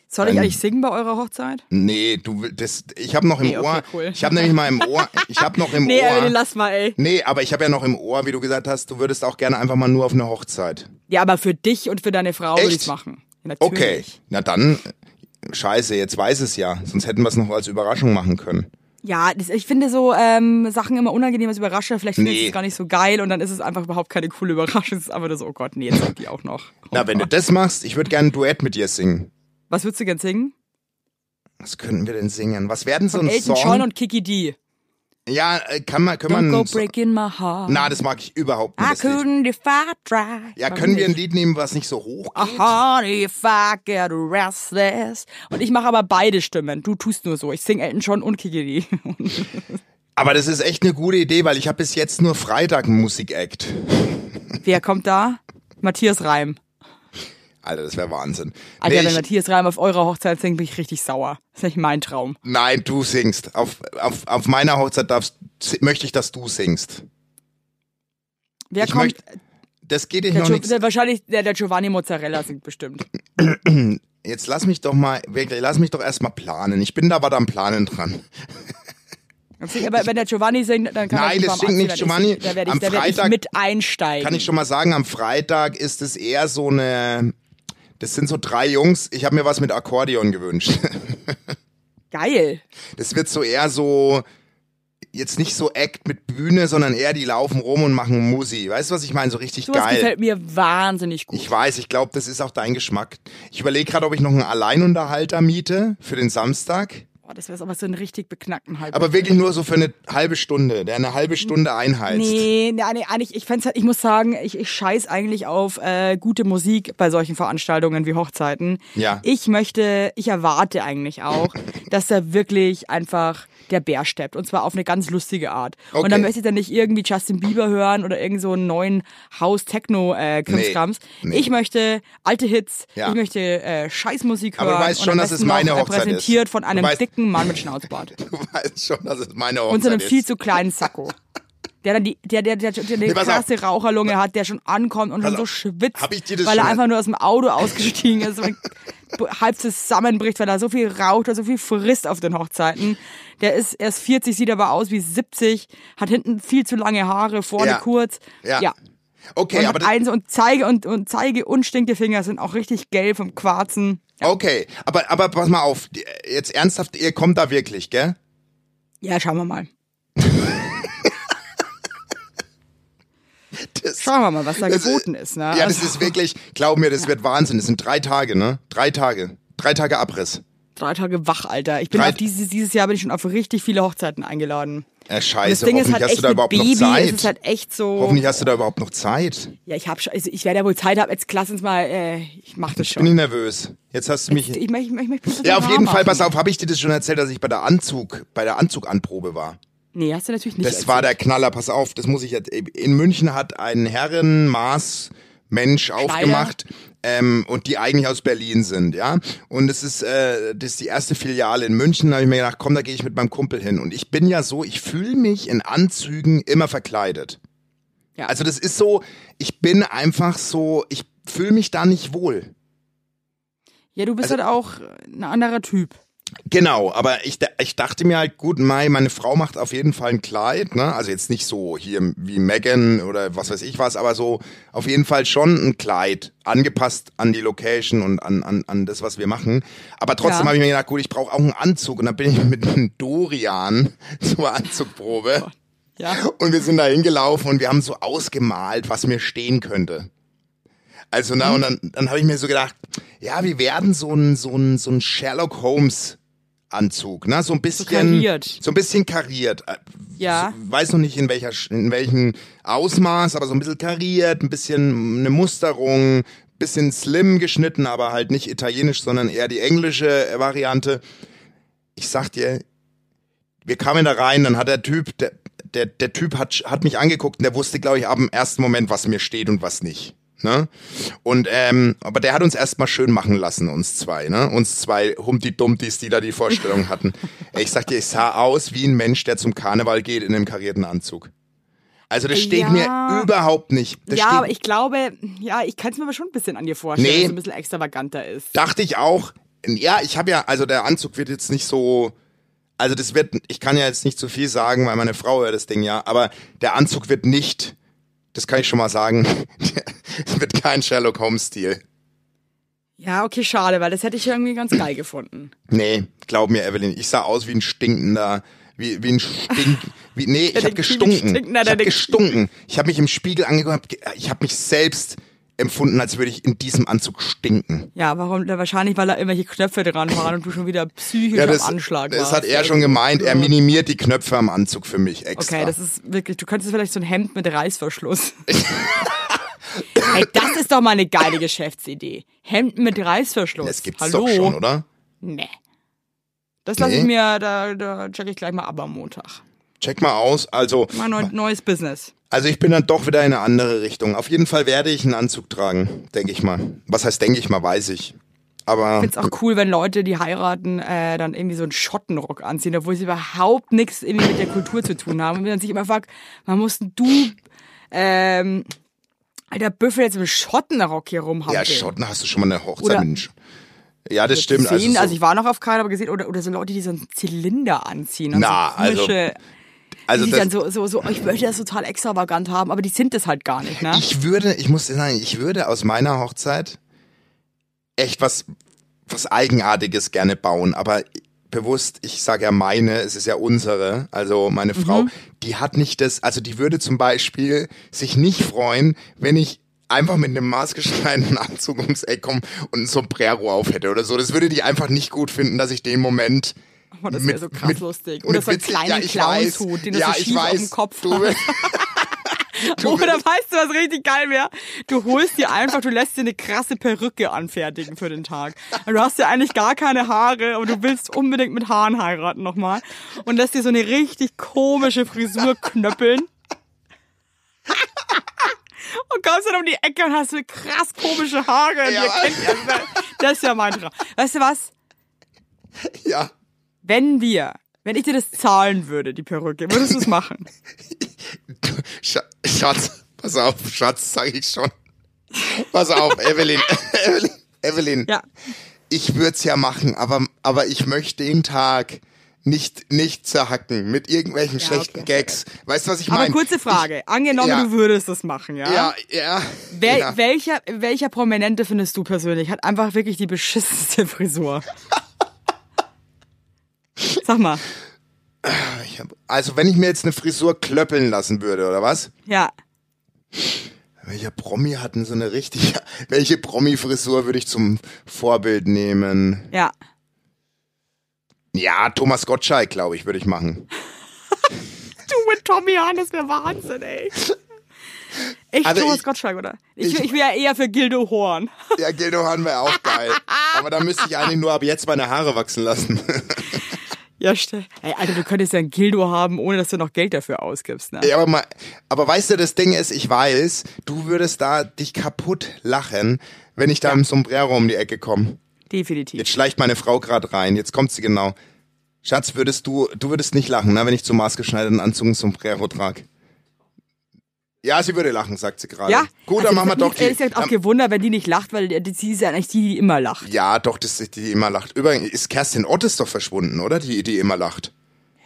[SPEAKER 2] Soll ich
[SPEAKER 1] Ähm,
[SPEAKER 2] eigentlich singen bei eurer Hochzeit?
[SPEAKER 1] nee, du will- das ich habe noch im
[SPEAKER 2] Nee, okay,
[SPEAKER 1] Ohr.
[SPEAKER 2] cool.
[SPEAKER 1] Ich habe nämlich mal im Ohr, ich habe noch im
[SPEAKER 2] Nee, Evelyn,
[SPEAKER 1] Ohr.
[SPEAKER 2] lass mal, ey.
[SPEAKER 1] Nee, aber ich habe ja noch im Ohr, wie du gesagt hast, du würdest auch gerne einfach mal nur auf eine Hochzeit.
[SPEAKER 2] Ja, aber für dich und für deine Frau
[SPEAKER 1] Echt?
[SPEAKER 2] will ich's machen.
[SPEAKER 1] Okay,
[SPEAKER 2] Natürlich.
[SPEAKER 1] na dann äh, Scheiße, jetzt weiß es ja, sonst hätten wir es noch als Überraschung machen können.
[SPEAKER 2] Ja, das, ich finde so ähm, Sachen immer unangenehm als Überraschung. Vielleicht findest
[SPEAKER 1] Nee.
[SPEAKER 2] du es gar nicht so geil und dann ist es einfach überhaupt keine coole Überraschung. Es ist einfach nur so, oh Gott, nee, jetzt sind die auch noch. Oh
[SPEAKER 1] Na, wenn du
[SPEAKER 2] Gott.
[SPEAKER 1] das machst, ich würde gerne ein Duett mit dir singen.
[SPEAKER 2] Was würdest du gern singen?
[SPEAKER 1] Was könnten wir denn singen? Was werden so ein
[SPEAKER 2] Elton
[SPEAKER 1] Song?
[SPEAKER 2] John und Kiki D.
[SPEAKER 1] ja, äh, kann man, können man.
[SPEAKER 2] Don't go Ah,
[SPEAKER 1] einen So
[SPEAKER 2] breaking my heart.
[SPEAKER 1] Na, das mag ich überhaupt nicht.
[SPEAKER 2] I
[SPEAKER 1] das Lied.
[SPEAKER 2] couldn't if I tried.
[SPEAKER 1] Ja, können wir ein Lied nehmen, was nicht so hoch geht?
[SPEAKER 2] Aha, if I get restless. Und ich mache aber beide Stimmen. Du tust nur so. Ich sing Elton John und Kiki D.
[SPEAKER 1] Aber das ist echt eine gute Idee, weil ich habe bis jetzt nur Freitag einen Musik-Act.
[SPEAKER 2] Wer kommt da? Matthias Reim.
[SPEAKER 1] Alter, das wäre Wahnsinn.
[SPEAKER 2] Alter,
[SPEAKER 1] Nee,
[SPEAKER 2] wenn
[SPEAKER 1] ich,
[SPEAKER 2] Matthias Reim auf eurer Hochzeit singt, bin ich richtig sauer. Das ist nicht mein Traum.
[SPEAKER 1] nein, du singst. Auf, auf, auf meiner Hochzeit darfst, si- möchte ich, dass du singst.
[SPEAKER 2] Wer
[SPEAKER 1] ich
[SPEAKER 2] kommt?
[SPEAKER 1] möchte. Das geht dich
[SPEAKER 2] Der
[SPEAKER 1] noch
[SPEAKER 2] Gio,
[SPEAKER 1] nichts.
[SPEAKER 2] der, wahrscheinlich der, der Giovanni Mozzarella singt bestimmt.
[SPEAKER 1] Jetzt lass mich doch mal, wirklich, lass mich doch erstmal planen. Ich bin da aber am Planen dran.
[SPEAKER 2] Aber wenn der Giovanni singt, dann kann
[SPEAKER 1] Nein,
[SPEAKER 2] er
[SPEAKER 1] das singt nicht Giovanni.
[SPEAKER 2] Da werde
[SPEAKER 1] Am
[SPEAKER 2] ich, da werd ich
[SPEAKER 1] Freitag
[SPEAKER 2] mit einsteigen.
[SPEAKER 1] Kann ich schon mal sagen, am Freitag ist es eher so eine. Das sind so drei Jungs. Ich habe mir was mit Akkordeon gewünscht.
[SPEAKER 2] Geil.
[SPEAKER 1] Das wird so eher so. Jetzt nicht so Act mit Bühne, sondern eher die laufen rum und machen Musi. Weißt du, was ich meine? So richtig
[SPEAKER 2] Sowas
[SPEAKER 1] geil.
[SPEAKER 2] gefällt mir wahnsinnig gut.
[SPEAKER 1] Ich weiß, ich glaube, das ist auch dein Geschmack. Ich überlege gerade, ob ich noch einen Alleinunterhalter miete für den Samstag.
[SPEAKER 2] Boah, das wäre aber so ein richtig beknackten Hype.
[SPEAKER 1] Aber wirklich nur so für eine halbe Stunde, der eine halbe Stunde einheizt.
[SPEAKER 2] Nee, nee, nee, eigentlich, ich fänd's halt, ich muss sagen, ich, ich scheiß eigentlich auf äh, gute Musik bei solchen Veranstaltungen wie Hochzeiten.
[SPEAKER 1] Ja.
[SPEAKER 2] Ich möchte, ich erwarte eigentlich auch, dass da wirklich einfach der Bär steppt. Und zwar auf eine ganz lustige Art.
[SPEAKER 1] Okay.
[SPEAKER 2] Und dann möchte ich dann nicht irgendwie Justin Bieber hören oder irgend so einen neuen House-Techno-Krimskrams.
[SPEAKER 1] Nee, nee.
[SPEAKER 2] Ich möchte alte Hits,
[SPEAKER 1] Ja.
[SPEAKER 2] ich möchte äh, Scheißmusik hören.
[SPEAKER 1] Aber du weißt
[SPEAKER 2] und
[SPEAKER 1] schon,
[SPEAKER 2] am
[SPEAKER 1] dass es
[SPEAKER 2] besten
[SPEAKER 1] meine
[SPEAKER 2] noch
[SPEAKER 1] Hochzeit ist.
[SPEAKER 2] repräsentiert von
[SPEAKER 1] Du
[SPEAKER 2] einem
[SPEAKER 1] weißt-
[SPEAKER 2] dicken Mann mit Schnauzbart.
[SPEAKER 1] Du weißt schon, dass es meine
[SPEAKER 2] Und so einem
[SPEAKER 1] Hochzeit
[SPEAKER 2] viel
[SPEAKER 1] ist.
[SPEAKER 2] zu kleinen Sakko. Der dann die, der, der, der, der, eine
[SPEAKER 1] pass auf.
[SPEAKER 2] krasse Raucherlunge hat, der schon ankommt und
[SPEAKER 1] Pass
[SPEAKER 2] schon so
[SPEAKER 1] auf.
[SPEAKER 2] schwitzt,
[SPEAKER 1] Hab ich dir das
[SPEAKER 2] weil er
[SPEAKER 1] schon-
[SPEAKER 2] einfach nur aus dem Auto ausgestiegen ist und halb zusammenbricht, weil er so viel raucht und so viel frisst auf den Hochzeiten. Der ist erst 40, sieht aber aus wie 70, hat hinten viel zu lange Haare, vorne
[SPEAKER 1] Ja.
[SPEAKER 2] kurz.
[SPEAKER 1] Ja. Okay,
[SPEAKER 2] Und,
[SPEAKER 1] aber
[SPEAKER 2] hat
[SPEAKER 1] das,
[SPEAKER 2] eins und zeige und, und zeige und Stinkefinger sind auch richtig gelb vom Quarzen.
[SPEAKER 1] okay, aber aber pass mal auf, die- jetzt ernsthaft, ihr kommt da wirklich, gell?
[SPEAKER 2] Ja, schauen wir mal.
[SPEAKER 1] Das,
[SPEAKER 2] Schauen wir mal, was da
[SPEAKER 1] das-
[SPEAKER 2] geboten ist. Ne?
[SPEAKER 1] Ja, das
[SPEAKER 2] Also,
[SPEAKER 1] ist wirklich, glaub mir, das wird Wahnsinn. Das sind drei Tage, ne? Drei Tage, drei Tage Abriss.
[SPEAKER 2] drei Tage wach, Alter. Ich bin
[SPEAKER 1] Drei-
[SPEAKER 2] auf dieses, dieses Jahr bin ich schon auf richtig viele Hochzeiten eingeladen.
[SPEAKER 1] Äh,
[SPEAKER 2] Und das
[SPEAKER 1] scheiße,
[SPEAKER 2] Ding ist
[SPEAKER 1] hoffentlich
[SPEAKER 2] halt
[SPEAKER 1] hast
[SPEAKER 2] echt
[SPEAKER 1] du da
[SPEAKER 2] mit
[SPEAKER 1] überhaupt
[SPEAKER 2] Baby,
[SPEAKER 1] noch Zeit.
[SPEAKER 2] es ist halt echt so.
[SPEAKER 1] Hoffentlich hast du da überhaupt noch Zeit.
[SPEAKER 2] ja, ich hab schon, also ich werde ja wohl Zeit haben. Jetzt lass uns mal, äh, ich mach das
[SPEAKER 1] Bin
[SPEAKER 2] schon.
[SPEAKER 1] ich nervös. Jetzt hast du mich.
[SPEAKER 2] Ich möchte, ich möchte, ich möchte
[SPEAKER 1] Ja, auf jeden Fall, pass auf, habe ich dir das schon erzählt, dass ich bei der Anzug, bei der Anzuganprobe war.
[SPEAKER 2] Nee, hast du natürlich nicht.
[SPEAKER 1] Das war der Knaller, pass auf, das muss ich jetzt. In München hat ein Herrenmaß Mensch aufgemacht. Ähm, und die eigentlich aus Berlin sind, ja. Und es ist, äh, das ist die erste Filiale in München. Da habe ich mir gedacht, komm, da gehe ich mit meinem Kumpel hin. Und ich bin ja so, ich fühle mich in Anzügen immer verkleidet.
[SPEAKER 2] Ja.
[SPEAKER 1] Also das ist so, ich bin einfach so, ich fühle mich da nicht wohl.
[SPEAKER 2] ja, du bist
[SPEAKER 1] Also-
[SPEAKER 2] halt auch ein anderer Typ.
[SPEAKER 1] Genau, aber ich, da- ich dachte mir halt, gut, Mai, meine Frau macht auf jeden Fall ein Kleid, ne? Also jetzt nicht so hier wie Megan oder was weiß ich was, aber so auf jeden Fall schon ein Kleid, angepasst an die Location und an, an, an das, was wir machen. Aber trotzdem
[SPEAKER 2] Ja.
[SPEAKER 1] habe ich mir gedacht, gut, ich brauche auch einen Anzug und dann bin ich mit einem Dorian zur Anzugprobe.
[SPEAKER 2] Ja.
[SPEAKER 1] Und wir sind da hingelaufen und wir haben so ausgemalt, was mir stehen könnte. Also,
[SPEAKER 2] Mhm.
[SPEAKER 1] na, und dann, dann habe ich mir so gedacht, ja, wir werden so ein, so ein, so ein Sherlock Holmes Anzug, ne? So ein bisschen.
[SPEAKER 2] kariert.
[SPEAKER 1] So ein bisschen kariert. Äh,
[SPEAKER 2] Ja.
[SPEAKER 1] So, weiß noch nicht in welcher, Sch- in welchem Ausmaß, aber so ein bisschen kariert, ein bisschen eine Musterung, bisschen slim geschnitten, aber halt nicht italienisch, sondern eher die englische äh, Variante. Ich sag dir, wir kamen da rein, dann hat der Typ, der, der, der Typ hat, hat mich angeguckt und der wusste, glaube ich, ab dem ersten Moment, was mir steht und was nicht. Ne? Und ähm, aber der hat uns erstmal schön machen lassen, uns zwei, ne? Uns zwei Humpty Dumptys, die da die Vorstellung hatten. Ey, Ich sag dir, ich sah aus wie ein Mensch, der zum Karneval geht in einem karierten Anzug. Also das steht
[SPEAKER 2] Äh, Ja.
[SPEAKER 1] mir überhaupt nicht. Das
[SPEAKER 2] ja,
[SPEAKER 1] steht,
[SPEAKER 2] aber ich glaube, ja, ich kann es mir aber schon ein bisschen an dir vorstellen,
[SPEAKER 1] Nee.
[SPEAKER 2] dass du ein bisschen extravaganter ist.
[SPEAKER 1] dachte ich auch, ja, ich habe ja, also der Anzug wird jetzt nicht so, also das wird, ich kann ja jetzt nicht zu viel sagen, weil meine Frau hört das Ding ja, aber der Anzug wird nicht, das kann ich schon mal sagen, es wird kein Sherlock Holmes-Stil.
[SPEAKER 2] Ja, okay, schade, weil das hätte ich irgendwie ganz geil gefunden.
[SPEAKER 1] Nee, glaub mir, Evelyn, ich sah aus wie ein stinkender wie, wie ein Stink. Wie, nee, ich habe
[SPEAKER 2] der Kiwi stinkt.
[SPEAKER 1] gestunken.
[SPEAKER 2] Na,
[SPEAKER 1] Ich
[SPEAKER 2] der-
[SPEAKER 1] habe
[SPEAKER 2] der-
[SPEAKER 1] gestunken. Ich habe mich im Spiegel angeguckt. hab ge- Ich habe mich selbst empfunden, als würde ich in diesem Anzug stinken.
[SPEAKER 2] Ja, warum? Ja, Wahrscheinlich, weil da irgendwelche Knöpfe dran waren und du schon wieder psychisch
[SPEAKER 1] das,
[SPEAKER 2] am Anschlag
[SPEAKER 1] das
[SPEAKER 2] warst.
[SPEAKER 1] hat er schon gemeint. Er minimiert die Knöpfe am Anzug für mich extra.
[SPEAKER 2] Okay, das ist wirklich, du könntest vielleicht so ein Hemd mit Reißverschluss. hey, das ist doch mal eine geile Geschäftsidee. Hemd mit Reißverschluss.
[SPEAKER 1] das gibt's
[SPEAKER 2] Hallo.
[SPEAKER 1] doch schon, oder?
[SPEAKER 2] Nee. Das lasse ich
[SPEAKER 1] Nee.
[SPEAKER 2] mir, da, da check ich gleich mal ab am Montag.
[SPEAKER 1] Check mal aus. Also,
[SPEAKER 2] Mal neu, neues Business.
[SPEAKER 1] also ich bin dann doch wieder in eine andere Richtung. Auf jeden Fall werde ich einen Anzug tragen, denke ich mal. Was heißt, denke ich mal, weiß ich. Aber
[SPEAKER 2] Find's auch cool, wenn Leute, die heiraten, äh, dann irgendwie so einen Schottenrock anziehen, obwohl sie überhaupt nichts irgendwie mit der Kultur zu tun haben. Und man sich immer fragt, man muss denn du, ähm, alter Büffel jetzt mit Schottenrock hier rumhauen.
[SPEAKER 1] ja, Schotten hast du schon mal eine Hochzeit
[SPEAKER 2] Oder-
[SPEAKER 1] mit einem Sch- Ja, das stimmt.
[SPEAKER 2] Gesehen, also,
[SPEAKER 1] so-
[SPEAKER 2] ich war noch auf keiner, aber gesehen, oder, oder so Leute, die so einen Zylinder anziehen. Und
[SPEAKER 1] Na,
[SPEAKER 2] so komische,
[SPEAKER 1] also
[SPEAKER 2] die
[SPEAKER 1] das-
[SPEAKER 2] dann so, so, so, ich möchte das total extravagant haben, aber die sind das halt gar nicht, ne?
[SPEAKER 1] Ich würde, ich muss dir sagen, ich würde aus meiner Hochzeit echt was, was Eigenartiges gerne bauen, aber bewusst, ich sage ja meine, es ist ja unsere, also meine
[SPEAKER 2] Mhm.
[SPEAKER 1] Frau, die hat nicht das, also die würde zum Beispiel sich nicht freuen, wenn ich einfach mit einem maßgeschneiderten Anzug ums Eck komme und ein Sombrero auf hätte oder so. Das würde die einfach nicht gut finden, dass ich den Moment
[SPEAKER 2] Oh, das
[SPEAKER 1] mit-
[SPEAKER 2] wäre so krass
[SPEAKER 1] mit-
[SPEAKER 2] lustig.
[SPEAKER 1] mit
[SPEAKER 2] Oder so einen
[SPEAKER 1] Witz-
[SPEAKER 2] kleinen
[SPEAKER 1] Ja, ich weiß.
[SPEAKER 2] Clownshut, den du
[SPEAKER 1] ja,
[SPEAKER 2] so
[SPEAKER 1] ich
[SPEAKER 2] schief
[SPEAKER 1] weiß,
[SPEAKER 2] auf dem Kopf
[SPEAKER 1] du,
[SPEAKER 2] hast. Oder weißt du, was richtig geil wäre? Du holst dir einfach, du lässt dir eine krasse Perücke anfertigen für den Tag. Also Du hast ja eigentlich gar keine Haare, aber du willst unbedingt mit Haaren heiraten nochmal. Und lässt dir so eine richtig komische Frisur knöppeln. Und kommst dann um die Ecke und hast so krass komische Haare. Und
[SPEAKER 1] Ja,
[SPEAKER 2] ihr kennt das. Das ist ja mein Traum. Weißt du was?
[SPEAKER 1] Ja,
[SPEAKER 2] Wenn wir, wenn ich dir das zahlen würde, die Perücke, würdest du es machen?
[SPEAKER 1] Scha- Schatz, pass auf, Schatz, sag ich schon. Pass auf, Evelyn, Evelyn, Evelyn.
[SPEAKER 2] Ja.
[SPEAKER 1] Ich würde es ja machen, aber, aber ich möchte den Tag nicht, nicht zerhacken mit irgendwelchen
[SPEAKER 2] Ja,
[SPEAKER 1] schlechten
[SPEAKER 2] okay.
[SPEAKER 1] Gags. Weißt du, was ich
[SPEAKER 2] Aber
[SPEAKER 1] meine?
[SPEAKER 2] kurze Frage. Angenommen,
[SPEAKER 1] ja.
[SPEAKER 2] du würdest es machen, ja?
[SPEAKER 1] Ja, ja.
[SPEAKER 2] Wel
[SPEAKER 1] ja.
[SPEAKER 2] Welcher, welcher Prominente findest du persönlich? Hat einfach wirklich die beschissenste Frisur. Sag mal.
[SPEAKER 1] Ich hab, also, wenn ich mir jetzt eine Frisur klöppeln lassen würde, oder was?
[SPEAKER 2] Ja.
[SPEAKER 1] Welcher Promi hat denn so eine richtige, welche Promi-Frisur würde ich zum Vorbild nehmen?
[SPEAKER 2] Ja.
[SPEAKER 1] Ja, Thomas Gottschalk, glaube ich, würde ich machen.
[SPEAKER 2] Du mit Tommy Hahn, das wäre Wahnsinn, ey. Ich
[SPEAKER 1] Also
[SPEAKER 2] Thomas
[SPEAKER 1] ich-
[SPEAKER 2] Gottschalk, oder? Ich,
[SPEAKER 1] ich-
[SPEAKER 2] ich wäre eher für Gildo Horn.
[SPEAKER 1] Ja, Gildo Hahn wäre auch geil. Aber da müsste ich eigentlich nur ab jetzt meine Haare wachsen lassen.
[SPEAKER 2] Ja, stimmt. Ey, Alter, du könntest ja einen Gildo haben, ohne dass du noch Geld dafür ausgibst, ne?
[SPEAKER 1] ja, aber, mal, aber weißt du, das Ding ist, ich weiß, du würdest da dich kaputt lachen, wenn ich da im Sombrero um die Ecke komme.
[SPEAKER 2] Definitiv.
[SPEAKER 1] Jetzt schleicht meine Frau gerade rein, jetzt kommt sie genau. Schatz, würdest du, du würdest nicht lachen, ne, wenn ich zum maßgeschneiderten Anzug ein Sombrero trage. Ja, sie würde lachen, sagt sie gerade.
[SPEAKER 2] Ja?
[SPEAKER 1] Gut,
[SPEAKER 2] Also,
[SPEAKER 1] dann machen wir
[SPEAKER 2] ich
[SPEAKER 1] doch
[SPEAKER 2] hab mich
[SPEAKER 1] die. ähm,
[SPEAKER 2] Ehrlich gesagt auch
[SPEAKER 1] dann-
[SPEAKER 2] gewundert, wenn die nicht lacht, weil die- sie ist ja eigentlich die, die immer lacht.
[SPEAKER 1] ja, doch, das ist die, die immer lacht. Übrigens ist Kerstin Ottes doch verschwunden, oder? Die, die immer lacht.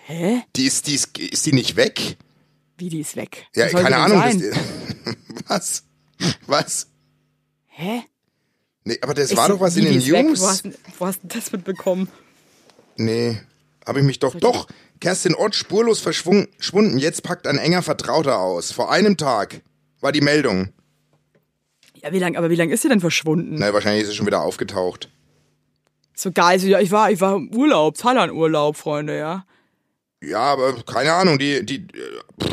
[SPEAKER 2] Hä?
[SPEAKER 1] Die ist, die ist, ist die nicht weg?
[SPEAKER 2] Wie, die ist weg?
[SPEAKER 1] Ja,
[SPEAKER 2] Was soll
[SPEAKER 1] keine
[SPEAKER 2] sie denn
[SPEAKER 1] Ahnung.
[SPEAKER 2] sein?
[SPEAKER 1] Das, was? Was?
[SPEAKER 2] Hä?
[SPEAKER 1] Nee, aber das
[SPEAKER 2] Ich
[SPEAKER 1] war
[SPEAKER 2] so-
[SPEAKER 1] doch was
[SPEAKER 2] wie,
[SPEAKER 1] in den
[SPEAKER 2] die ist weg?
[SPEAKER 1] News.
[SPEAKER 2] Wo hast, denn- wo hast denn das mitbekommen?
[SPEAKER 1] Nee, habe ich mich doch. Doch, Kerstin Ott spurlos verschwung- verschwunden. Jetzt packt ein enger Vertrauter aus. Vor einem Tag war die Meldung.
[SPEAKER 2] Ja, wie lang, aber wie lange ist sie denn verschwunden?
[SPEAKER 1] Na, wahrscheinlich ist sie schon wieder aufgetaucht.
[SPEAKER 2] So geil, so, ja, ich war, ich war im Urlaub, Thailand-Urlaub, Freunde, ja.
[SPEAKER 1] Ja, aber keine Ahnung, die, die, äh, pff.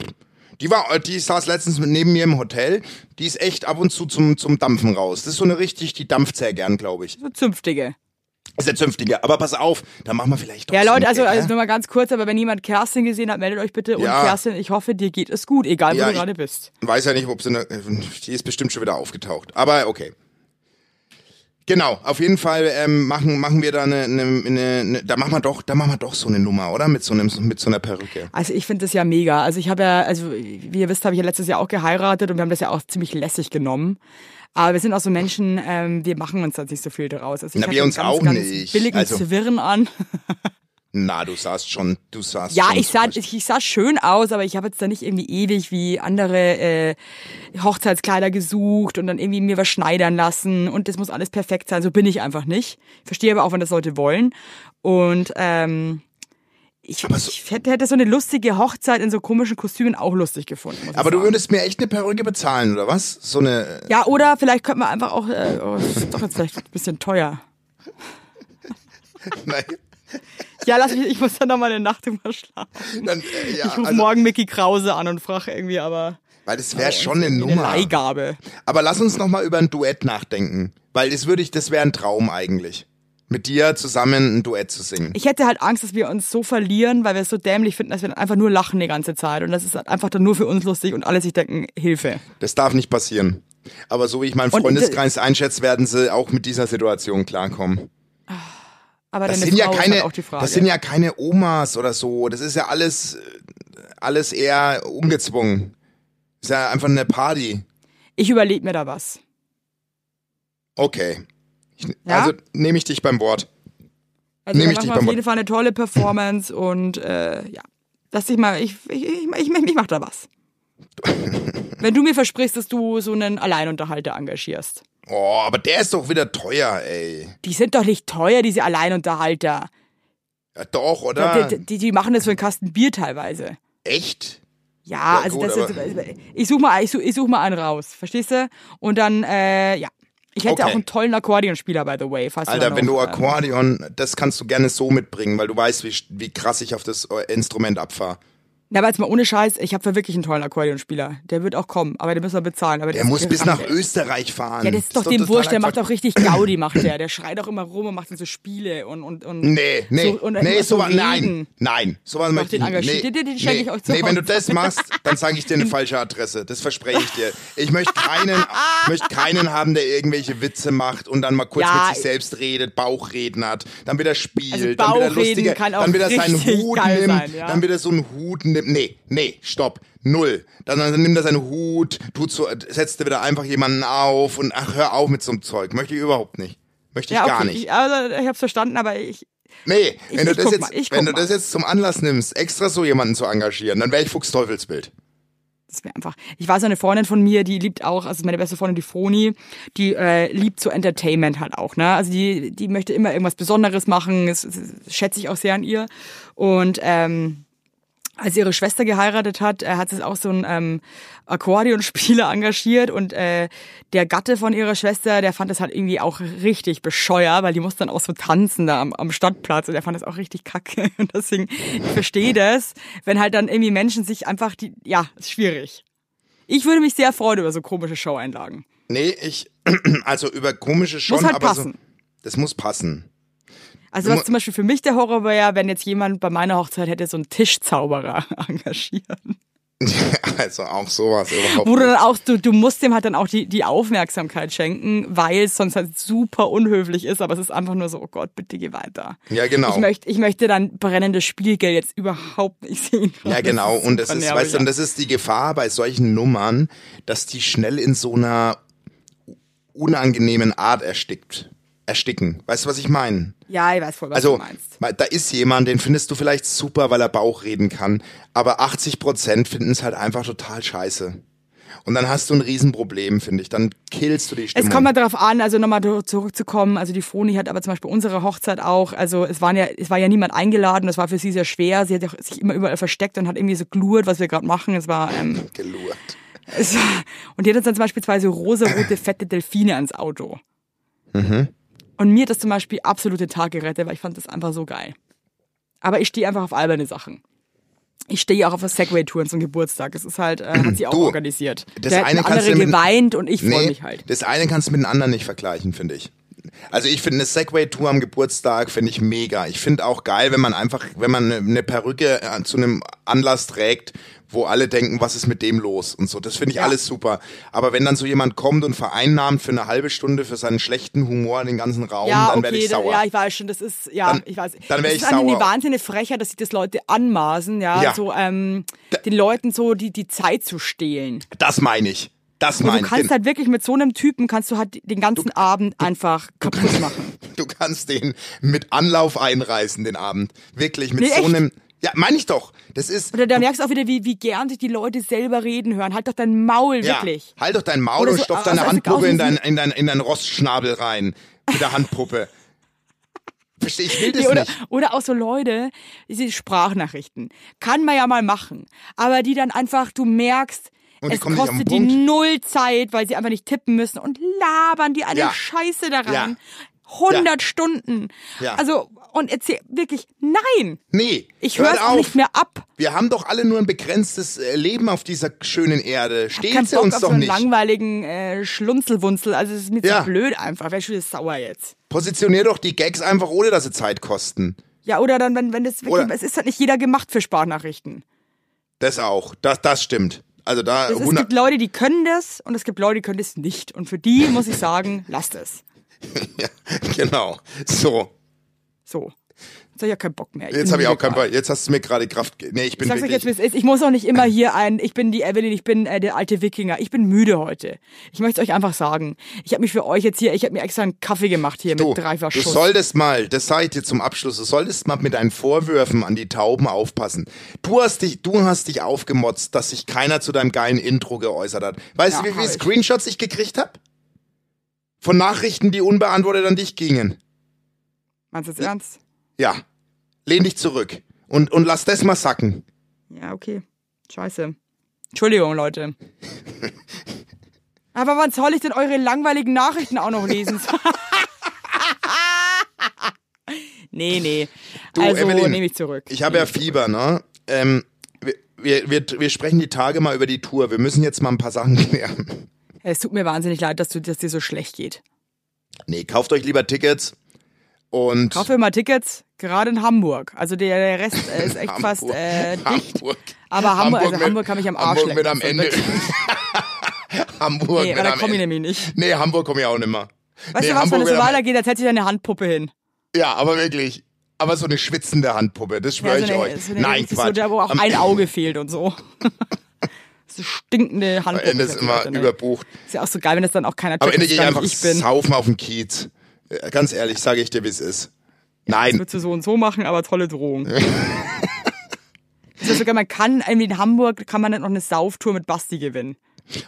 [SPEAKER 1] die war, äh, die saß letztens mit- neben mir im Hotel. Die ist echt ab und zu zum, zum Dampfen raus. Das ist so eine richtig, die dampft sehr gern, glaube ich.
[SPEAKER 2] So Zünftige.
[SPEAKER 1] Ist der Zünftige. Aber pass auf, da machen wir vielleicht doch
[SPEAKER 2] Ja,
[SPEAKER 1] so
[SPEAKER 2] Leute,
[SPEAKER 1] einen
[SPEAKER 2] also,
[SPEAKER 1] Gag,
[SPEAKER 2] also
[SPEAKER 1] ne?
[SPEAKER 2] nur mal ganz kurz, aber wenn jemand Kerstin gesehen hat, meldet euch bitte. Und
[SPEAKER 1] Ja.
[SPEAKER 2] Kerstin, ich hoffe, dir geht es gut, egal wo
[SPEAKER 1] Ja,
[SPEAKER 2] du
[SPEAKER 1] ich-
[SPEAKER 2] gerade bist.
[SPEAKER 1] Weiß ja nicht, ob sie eine, die ist bestimmt schon wieder aufgetaucht. Aber okay. Genau, auf jeden Fall ähm, machen machen wir da eine, eine, eine, eine da machen wir doch, da machen wir doch so eine Nummer, oder mit so einem mit so einer Perücke.
[SPEAKER 2] Also ich finde das ja mega. Also ich habe ja, also wie ihr wisst, habe ich ja letztes Jahr auch geheiratet und wir haben das ja auch ziemlich lässig genommen. Aber wir sind auch so Menschen, ähm, wir machen uns halt nicht so viel draus. Also ich
[SPEAKER 1] Na,
[SPEAKER 2] hatte
[SPEAKER 1] wir
[SPEAKER 2] einen
[SPEAKER 1] uns auch nicht.
[SPEAKER 2] billigen
[SPEAKER 1] Also-
[SPEAKER 2] Zwirren an.
[SPEAKER 1] Na, du sahst schon, du sahst
[SPEAKER 2] Ja,
[SPEAKER 1] schon
[SPEAKER 2] ich sah,
[SPEAKER 1] super-
[SPEAKER 2] ich, ich sah schön aus, aber ich habe jetzt da nicht irgendwie ewig wie andere äh, Hochzeitskleider gesucht und dann irgendwie mir was schneidern lassen und das muss alles perfekt sein. So bin ich einfach nicht. Ich verstehe aber auch, wenn das Leute wollen. Und ähm, Ich, ich hätte, hätte so eine lustige Hochzeit in so komischen Kostümen auch lustig gefunden. muss ich
[SPEAKER 1] Aber du
[SPEAKER 2] sagen.
[SPEAKER 1] würdest mir echt eine Perücke bezahlen, oder was? So eine.
[SPEAKER 2] Ja, oder vielleicht könnten wir einfach auch. Äh, oh, das ist doch jetzt vielleicht ein bisschen teuer.
[SPEAKER 1] Nein,
[SPEAKER 2] Ja, lass mich, ich muss dann nochmal eine Nacht drüber schlafen.
[SPEAKER 1] dann, äh, ja,
[SPEAKER 2] ich rufe
[SPEAKER 1] also,
[SPEAKER 2] morgen Mickey Krause an und frage irgendwie, aber
[SPEAKER 1] Weil das wäre schon eine
[SPEAKER 2] eine
[SPEAKER 1] Nummer.
[SPEAKER 2] Leihgabe.
[SPEAKER 1] Aber lass uns noch mal über ein Duett nachdenken, weil das würde ich, das wäre ein Traum eigentlich, mit dir zusammen ein Duett zu singen.
[SPEAKER 2] Ich hätte halt Angst, dass wir uns so verlieren, weil wir es so dämlich finden, dass wir dann einfach nur lachen die ganze Zeit. Und das ist halt einfach dann nur für uns lustig und alle sich denken, Hilfe.
[SPEAKER 1] Das darf nicht passieren. Aber so wie ich meinen
[SPEAKER 2] Und- äh,
[SPEAKER 1] Freundeskreis einschätze, werden sie auch mit dieser Situation klarkommen.
[SPEAKER 2] Aber
[SPEAKER 1] Das
[SPEAKER 2] deine
[SPEAKER 1] sind
[SPEAKER 2] Frau
[SPEAKER 1] ja
[SPEAKER 2] ist
[SPEAKER 1] keine,
[SPEAKER 2] halt auch die Frage.
[SPEAKER 1] das sind ja keine Omas oder so. Das ist ja alles, äh, alles eher ungezwungen. Ist ja einfach eine Party.
[SPEAKER 2] ich überlege mir da was.
[SPEAKER 1] Okay. Ich,
[SPEAKER 2] Ja?
[SPEAKER 1] Also nehme ich dich beim Wort.
[SPEAKER 2] Also
[SPEAKER 1] Nehm
[SPEAKER 2] wir
[SPEAKER 1] ich dich
[SPEAKER 2] machen auf
[SPEAKER 1] beim
[SPEAKER 2] jeden Fall eine tolle Performance und äh, ja, lass dich mal, ich, ich, ich, ich, ich mach da was. Wenn du mir versprichst, dass du so einen Alleinunterhalter engagierst.
[SPEAKER 1] Oh, aber der ist doch wieder teuer, ey.
[SPEAKER 2] Die sind doch nicht teuer, diese Alleinunterhalter.
[SPEAKER 1] Ja, doch, oder?
[SPEAKER 2] Die, die, die machen das für einen Kasten Bier teilweise.
[SPEAKER 1] Echt?
[SPEAKER 2] Ja,
[SPEAKER 1] Ja,
[SPEAKER 2] also
[SPEAKER 1] gut,
[SPEAKER 2] das ist,
[SPEAKER 1] aber-
[SPEAKER 2] ich suche mal, ich such, ich such mal einen raus, verstehst du? Und dann, äh, ja. Ich hätte
[SPEAKER 1] Okay.
[SPEAKER 2] auch einen tollen Akkordeonspieler, by the way. Falls
[SPEAKER 1] Alter,
[SPEAKER 2] da
[SPEAKER 1] wenn
[SPEAKER 2] noch,
[SPEAKER 1] du
[SPEAKER 2] äh,
[SPEAKER 1] Akkordeon, das kannst du gerne so mitbringen, weil du weißt, wie, wie krass ich auf das äh, Instrument abfahre.
[SPEAKER 2] Na, ähm, aber jetzt mal ohne Scheiß, ich habe wirklich einen tollen Akkordeonspieler. Der wird auch kommen, aber den müssen wir bezahlen. Aber
[SPEAKER 1] Der
[SPEAKER 2] ist
[SPEAKER 1] muss bis nach
[SPEAKER 2] Rache.
[SPEAKER 1] Österreich fahren.
[SPEAKER 2] Ja, das ist doch dem
[SPEAKER 1] total
[SPEAKER 2] Wurscht, der macht
[SPEAKER 1] einfach.
[SPEAKER 2] auch richtig Gaudi, macht der. Der schreit auch immer rum und macht dann so Spiele und. und, und
[SPEAKER 1] Nee, nee,
[SPEAKER 2] so, und
[SPEAKER 1] nee,
[SPEAKER 2] immer
[SPEAKER 1] sowas, nein,
[SPEAKER 2] reden.
[SPEAKER 1] nein, sowas möchte
[SPEAKER 2] den
[SPEAKER 1] ich nicht.
[SPEAKER 2] engagiert.
[SPEAKER 1] Nee,
[SPEAKER 2] Den- den schenke
[SPEAKER 1] nee,
[SPEAKER 2] ich euch zu
[SPEAKER 1] nee, wenn du
[SPEAKER 2] Hause.
[SPEAKER 1] das machst, dann sage ich dir eine falsche Adresse. Das verspreche ich dir. Ich möchte keinen, möchte keinen haben, der irgendwelche Witze macht und dann mal kurz
[SPEAKER 2] Ja, Also
[SPEAKER 1] mit sich selbst redet, Bauchreden hat, dann wieder spielt, dann wieder
[SPEAKER 2] Bauchreden
[SPEAKER 1] lustige,
[SPEAKER 2] kann auch
[SPEAKER 1] dann wieder seinen
[SPEAKER 2] richtig
[SPEAKER 1] Hut
[SPEAKER 2] geil
[SPEAKER 1] nimmt,
[SPEAKER 2] sein, ja.
[SPEAKER 1] dann wieder so einen Hut nimmt. Nee, nee, stopp. Null. Dann, dann nimmt er seinen Hut, tut so, setzt er wieder einfach jemanden auf und ach, hör auf mit so einem Zeug. Möchte ich überhaupt nicht. Möchte ich
[SPEAKER 2] Ja, okay,
[SPEAKER 1] gar nicht.
[SPEAKER 2] Ich, also, ich hab's verstanden, aber ich.
[SPEAKER 1] Nee,
[SPEAKER 2] Ich-
[SPEAKER 1] wenn, du
[SPEAKER 2] ich
[SPEAKER 1] das,
[SPEAKER 2] guck
[SPEAKER 1] jetzt,
[SPEAKER 2] mal, ich
[SPEAKER 1] wenn du
[SPEAKER 2] guck
[SPEAKER 1] das
[SPEAKER 2] mal.
[SPEAKER 1] jetzt zum Anlass nimmst, extra so jemanden zu engagieren, dann wäre ich Fuchsteufelsbild.
[SPEAKER 2] Das wäre einfach. Ich weiß, eine Freundin von mir, die liebt auch, also meine beste Freundin, die Froni, die äh, liebt so Entertainment halt auch, ne? Also die, die möchte immer irgendwas Besonderes machen, das, das schätze ich auch sehr an ihr. Und ähm, als ihre Schwester geheiratet hat, äh, hat sie auch so einen ähm, Akkordeonspieler engagiert und äh, der Gatte von ihrer Schwester, der fand das halt irgendwie auch richtig bescheuer, weil die musste dann auch so tanzen da am, am Stadtplatz und der fand das auch richtig kacke. Und deswegen, ich verstehe das, wenn halt dann irgendwie Menschen sich einfach die, ja, ist schwierig. Ich würde mich sehr freuen über so komische Show-Einlagen.
[SPEAKER 1] Nee, ich, also über komische schon,
[SPEAKER 2] Muss halt
[SPEAKER 1] aber
[SPEAKER 2] passen.
[SPEAKER 1] so. Das muss passen.
[SPEAKER 2] Also was zum Beispiel für mich der Horror wäre, wenn jetzt jemand bei meiner Hochzeit hätte so einen Tischzauberer engagiert.
[SPEAKER 1] Also auch sowas überhaupt.
[SPEAKER 2] Wo du
[SPEAKER 1] nicht.
[SPEAKER 2] dann auch, du, du musst dem halt dann auch die, die Aufmerksamkeit schenken, weil es sonst halt super unhöflich ist, aber es ist einfach nur so, oh Gott, bitte geh weiter.
[SPEAKER 1] Ja, genau.
[SPEAKER 2] Ich möchte, ich möchte dann brennendes Spielgeld jetzt überhaupt nicht sehen.
[SPEAKER 1] Ja, genau. Und das ist, weißt du, und das ist die Gefahr bei solchen Nummern, dass die schnell in so einer unangenehmen Art erstickt. Ersticken. Weißt du, was ich meine?
[SPEAKER 2] Ja, ich weiß voll, was
[SPEAKER 1] Also,
[SPEAKER 2] du meinst.
[SPEAKER 1] ma- da ist jemand, den findest du vielleicht super, weil er Bauch reden kann, aber 80 Prozent finden es halt einfach total scheiße. Und dann hast du ein Riesenproblem, finde ich. Dann killst du die Stimmung.
[SPEAKER 2] Es kommt mal darauf an, also nochmal dur- zurückzukommen. Also die Froni hat aber zum Beispiel unsere Hochzeit auch. Also es waren ja, es war ja niemand eingeladen. Das war für sie sehr schwer. Sie hat ja auch sich immer überall versteckt und hat irgendwie so glurt, was wir gerade machen. Es war ähm,
[SPEAKER 1] gelurrt.
[SPEAKER 2] es war, und die hat uns dann zum Beispiel zwei so rosarote fette Delfine ans Auto.
[SPEAKER 1] Mhm.
[SPEAKER 2] Und mir hat das zum Beispiel absolut den Tag gerettet, weil ich fand das einfach so geil. Aber ich stehe einfach auf alberne Sachen. Ich stehe auch auf Segway-Touren zum Geburtstag. Es ist halt, äh, hat sie auch
[SPEAKER 1] Du,
[SPEAKER 2] organisiert.
[SPEAKER 1] das
[SPEAKER 2] Der
[SPEAKER 1] eine
[SPEAKER 2] eine
[SPEAKER 1] kannst
[SPEAKER 2] andere
[SPEAKER 1] du mit-
[SPEAKER 2] geweint und ich freue mich halt.
[SPEAKER 1] das eine kannst du mit dem anderen nicht vergleichen, finde ich. Also ich finde eine Segway-Tour am Geburtstag finde ich mega. Ich finde auch geil, wenn man einfach, wenn man eine- eine Perücke äh, zu einem Anlass trägt, wo alle denken, was ist mit dem los und so. Das finde ich alles super. Aber wenn dann so jemand kommt und vereinnahmt für eine halbe Stunde für seinen schlechten Humor in den ganzen Raum,
[SPEAKER 2] Ja,
[SPEAKER 1] dann
[SPEAKER 2] okay,
[SPEAKER 1] werde ich
[SPEAKER 2] da-
[SPEAKER 1] sauer.
[SPEAKER 2] ja, ich weiß schon, das ist, ja,
[SPEAKER 1] Dann-
[SPEAKER 2] ich weiß.
[SPEAKER 1] dann wär
[SPEAKER 2] das
[SPEAKER 1] ich
[SPEAKER 2] ist eine
[SPEAKER 1] sauer.
[SPEAKER 2] wahnsinnige Frechheit, dass sich das Leute anmaßen, ja,
[SPEAKER 1] Ja.
[SPEAKER 2] so, ähm, den Leuten so die, die Zeit zu stehlen.
[SPEAKER 1] das meine ich. Das
[SPEAKER 2] Und
[SPEAKER 1] meine
[SPEAKER 2] du
[SPEAKER 1] ich.
[SPEAKER 2] kannst
[SPEAKER 1] Den-
[SPEAKER 2] halt wirklich mit so einem Typen, kannst du halt den ganzen Abend einfach kaputt machen.
[SPEAKER 1] Du kannst den mit Anlauf einreißen, den Abend. Wirklich, mit
[SPEAKER 2] Nee,
[SPEAKER 1] so
[SPEAKER 2] echt?
[SPEAKER 1] einem. Ja, meine ich doch. Das ist.
[SPEAKER 2] Oder da merkst du auch wieder, wie, wie gern sich die Leute selber reden hören. Halt doch dein Maul, wirklich.
[SPEAKER 1] Ja, halt doch dein Maul
[SPEAKER 2] Oder
[SPEAKER 1] und
[SPEAKER 2] so,
[SPEAKER 1] stopf
[SPEAKER 2] also
[SPEAKER 1] deine
[SPEAKER 2] aus-
[SPEAKER 1] Handpuppe
[SPEAKER 2] aus
[SPEAKER 1] in
[SPEAKER 2] diesem-
[SPEAKER 1] deinen in dein, in dein Rostschnabel rein. Mit der Handpuppe. Ich will das
[SPEAKER 2] Nee, oder,
[SPEAKER 1] nicht.
[SPEAKER 2] oder auch so Leute, diese Sprachnachrichten. Kann man ja mal machen. Aber die dann einfach, du merkst,
[SPEAKER 1] Und die
[SPEAKER 2] es
[SPEAKER 1] kommen nicht auf den
[SPEAKER 2] kostet die
[SPEAKER 1] Punkt.
[SPEAKER 2] null Zeit, weil sie einfach nicht tippen müssen und labern die eine
[SPEAKER 1] Ja.
[SPEAKER 2] Scheiße da
[SPEAKER 1] Ja.
[SPEAKER 2] rein. 100 Stunden.
[SPEAKER 1] Ja.
[SPEAKER 2] Also, und erzähl wirklich, nein,
[SPEAKER 1] Nee,
[SPEAKER 2] ich
[SPEAKER 1] hört
[SPEAKER 2] höre
[SPEAKER 1] auf.
[SPEAKER 2] nicht mehr ab.
[SPEAKER 1] Wir haben doch alle nur ein begrenztes äh, Leben auf dieser schönen Erde. Stehlen
[SPEAKER 2] Kein
[SPEAKER 1] sie
[SPEAKER 2] Bock
[SPEAKER 1] uns
[SPEAKER 2] auf so
[SPEAKER 1] doch
[SPEAKER 2] einen
[SPEAKER 1] nicht.
[SPEAKER 2] langweiligen äh, Schlunzelwunzel. Also, es ist mir
[SPEAKER 1] Ja.
[SPEAKER 2] zu blöd einfach. Wer ist schon wieder sauer jetzt?
[SPEAKER 1] Positionier doch die Gags einfach, ohne dass sie Zeit kosten.
[SPEAKER 2] Ja, oder dann, wenn, wenn das wirklich,
[SPEAKER 1] Oder-
[SPEAKER 2] es ist halt nicht jeder gemacht für Sprachnachrichten.
[SPEAKER 1] Das auch. Das, das stimmt. Also da
[SPEAKER 2] Es, ist- es gibt
[SPEAKER 1] 100.
[SPEAKER 2] Leute, die können das und es gibt Leute, die können das nicht. Und für die muss ich sagen, lasst es.
[SPEAKER 1] Ja, genau. So.
[SPEAKER 2] So. Jetzt habe ich ja keinen Bock mehr.
[SPEAKER 1] Jetzt
[SPEAKER 2] bin
[SPEAKER 1] habe ich auch keinen
[SPEAKER 2] müde
[SPEAKER 1] Bock. Jetzt hast du mir gerade Kraft. ge- Nee, ich bin
[SPEAKER 2] Ich sag's euch jetzt, wie
[SPEAKER 1] wirklich.
[SPEAKER 2] es ist. Ich muss auch nicht immer hier ein, ich bin die Evelyn, ich bin äh, der alte Wikinger. Ich bin müde heute. Ich möchte euch einfach sagen. Ich habe mich für euch jetzt hier, ich habe mir extra einen Kaffee gemacht hier
[SPEAKER 1] Du,
[SPEAKER 2] mit dreifach
[SPEAKER 1] du
[SPEAKER 2] Schuss.
[SPEAKER 1] solltest mal, das sage ich dir zum Abschluss, du solltest mal mit deinen Vorwürfen an die Tauben aufpassen. Du hast dich, du hast dich aufgemotzt, dass sich keiner zu deinem geilen Intro geäußert hat. Weißt
[SPEAKER 2] Ja,
[SPEAKER 1] du, wie viele
[SPEAKER 2] hab ich.
[SPEAKER 1] Screenshots ich gekriegt habe? Von Nachrichten, die unbeantwortet an dich gingen.
[SPEAKER 2] Meinst du das ernst?
[SPEAKER 1] Ja. Lehn dich zurück und, und lass das mal sacken.
[SPEAKER 2] Ja, okay. Scheiße. Entschuldigung, Leute. Aber wann soll ich denn eure langweiligen Nachrichten auch noch lesen? nee, nee.
[SPEAKER 1] Du,
[SPEAKER 2] also
[SPEAKER 1] Evelyn,
[SPEAKER 2] nehme ich zurück. Mhm.
[SPEAKER 1] Ich habe ja Fieber, ne? Ähm, wir, wir, wir, wir sprechen die Tage mal über die Tour. Wir müssen jetzt mal ein paar Sachen klären.
[SPEAKER 2] es tut mir wahnsinnig leid, dass, du, dass dir so schlecht geht.
[SPEAKER 1] Nee, kauft euch lieber Tickets. Und
[SPEAKER 2] Kaufe immer Tickets, gerade in Hamburg. Also der, der Rest äh, ist echt fast äh, dicht.
[SPEAKER 1] Hamburg.
[SPEAKER 2] Aber Hamburg, also
[SPEAKER 1] mit-
[SPEAKER 2] Hamburg kann mich am Arsch
[SPEAKER 1] Hamburg mit am
[SPEAKER 2] lecken.
[SPEAKER 1] Ende. Hamburg
[SPEAKER 2] Nee,
[SPEAKER 1] mit
[SPEAKER 2] aber da
[SPEAKER 1] am
[SPEAKER 2] komme ich
[SPEAKER 1] Ende.
[SPEAKER 2] nämlich nicht.
[SPEAKER 1] Nee, Hamburg komme ich auch nicht mehr.
[SPEAKER 2] Weißt
[SPEAKER 1] nee,
[SPEAKER 2] du was, wenn
[SPEAKER 1] Hamburg
[SPEAKER 2] es so
[SPEAKER 1] wird am-
[SPEAKER 2] weitergeht, als hätte ich da eine Handpuppe hin.
[SPEAKER 1] Ja, aber wirklich. Aber so eine schwitzende Handpuppe, das schwöre
[SPEAKER 2] Ja, so
[SPEAKER 1] ich
[SPEAKER 2] Also eine-
[SPEAKER 1] euch.
[SPEAKER 2] so eine
[SPEAKER 1] Nein,
[SPEAKER 2] richtig
[SPEAKER 1] Quatsch.
[SPEAKER 2] So, da wo auch
[SPEAKER 1] Am
[SPEAKER 2] ein Auge fehlt und so. so stinkende Handpuppe. halt
[SPEAKER 1] Ende ist immer überbucht.
[SPEAKER 2] Ist ja auch so geil, wenn das dann auch keiner
[SPEAKER 1] Am
[SPEAKER 2] checkt,
[SPEAKER 1] Ende
[SPEAKER 2] dass
[SPEAKER 1] gehe ich
[SPEAKER 2] gar nicht
[SPEAKER 1] einfach
[SPEAKER 2] ne? ich bin.
[SPEAKER 1] saufen auf den Kiez. Äh, Ganz ehrlich, sage ich dir, wie es ist.
[SPEAKER 2] Das
[SPEAKER 1] Nein,
[SPEAKER 2] würdest du so und so machen, aber tolle Drohung. das ist sogar, man kann irgendwie in Hamburg kann man dann noch eine Sauftour mit Basti gewinnen.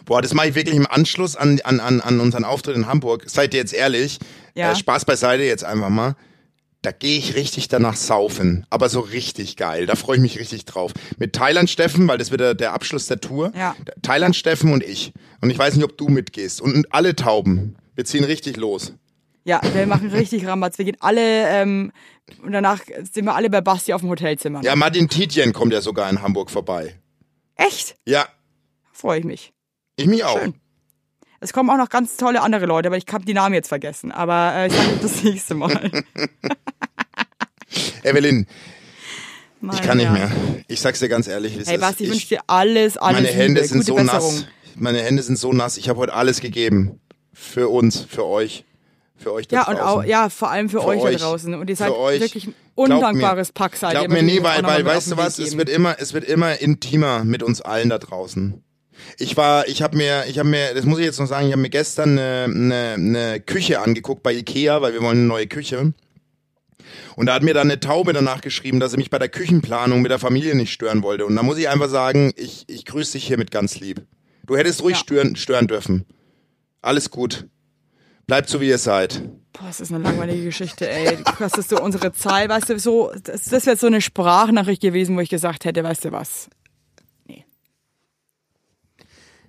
[SPEAKER 1] boah, das mache ich wirklich im Anschluss an, an, an, an unseren Auftritt in Hamburg. Seid ihr jetzt ehrlich?
[SPEAKER 2] Ja.
[SPEAKER 1] Äh, Spaß beiseite jetzt einfach mal. Da gehe ich richtig danach saufen. Aber so richtig geil. Da freue ich mich richtig drauf. Mit Thailand Steffen, weil das wird der, der Abschluss der Tour.
[SPEAKER 2] Ja.
[SPEAKER 1] Thailand Steffen und ich. Und ich weiß nicht, ob du mitgehst. Und, und alle Tauben. Wir ziehen richtig los.
[SPEAKER 2] Ja, wir machen richtig Rambatz. Wir gehen alle ähm, und danach sind wir alle bei Basti auf dem Hotelzimmer.
[SPEAKER 1] Ja, Martin Tietjen kommt ja sogar in Hamburg vorbei.
[SPEAKER 2] Echt?
[SPEAKER 1] Ja,
[SPEAKER 2] Freue ich mich.
[SPEAKER 1] ich mich auch.
[SPEAKER 2] Schön. Es kommen auch noch ganz tolle andere Leute, aber ich habe die Namen jetzt vergessen. Aber äh, ich sage das nächste Mal.
[SPEAKER 1] Evelyn,
[SPEAKER 2] Mein
[SPEAKER 1] Ich kann nicht
[SPEAKER 2] Herr.
[SPEAKER 1] mehr. Ich sag's dir ganz ehrlich. wie es
[SPEAKER 2] Hey
[SPEAKER 1] ist.
[SPEAKER 2] Basti, ich wünsche dir alles, alles
[SPEAKER 1] meine Hände
[SPEAKER 2] Liebe.
[SPEAKER 1] sind
[SPEAKER 2] Gute
[SPEAKER 1] so
[SPEAKER 2] Besserung.
[SPEAKER 1] nass. Meine Hände sind so nass. Ich habe heute alles gegeben. Für uns, für euch, für euch da
[SPEAKER 2] Ja, und
[SPEAKER 1] draußen.
[SPEAKER 2] auch, ja, vor allem für,
[SPEAKER 1] Für
[SPEAKER 2] euch,
[SPEAKER 1] euch.
[SPEAKER 2] da draußen. Und ihr
[SPEAKER 1] Für
[SPEAKER 2] seid
[SPEAKER 1] euch.
[SPEAKER 2] wirklich ein
[SPEAKER 1] Glaubt mir.
[SPEAKER 2] undankbares Pack, seid ihr.
[SPEAKER 1] Glaub
[SPEAKER 2] Aber
[SPEAKER 1] mir,
[SPEAKER 2] ich will
[SPEAKER 1] nee,
[SPEAKER 2] jetzt auch
[SPEAKER 1] weil,
[SPEAKER 2] noch mal
[SPEAKER 1] weil
[SPEAKER 2] mit
[SPEAKER 1] weißt
[SPEAKER 2] auf
[SPEAKER 1] du
[SPEAKER 2] den
[SPEAKER 1] was,
[SPEAKER 2] Weg
[SPEAKER 1] es
[SPEAKER 2] geben.
[SPEAKER 1] wird immer, es wird immer intimer mit uns allen da draußen. Ich war, ich habe mir, ich habe mir, das muss ich jetzt noch sagen, ich habe mir gestern eine, eine, eine Küche angeguckt bei Ikea, weil wir wollen eine neue Küche. Und da hat mir dann eine Taube danach geschrieben, dass sie mich bei der Küchenplanung mit der Familie nicht stören wollte. Und da muss ich einfach sagen, ich, ich grüße dich hiermit ganz lieb. Du hättest ruhig
[SPEAKER 2] Ja.
[SPEAKER 1] stören, stören dürfen. Alles gut. Bleibt so, wie ihr seid.
[SPEAKER 2] Boah, das ist eine langweilige Geschichte, ey. Das ist so unsere Zahl, weißt du, so, das, das wäre so eine Sprachnachricht gewesen, wo ich gesagt hätte, weißt du was? Nee.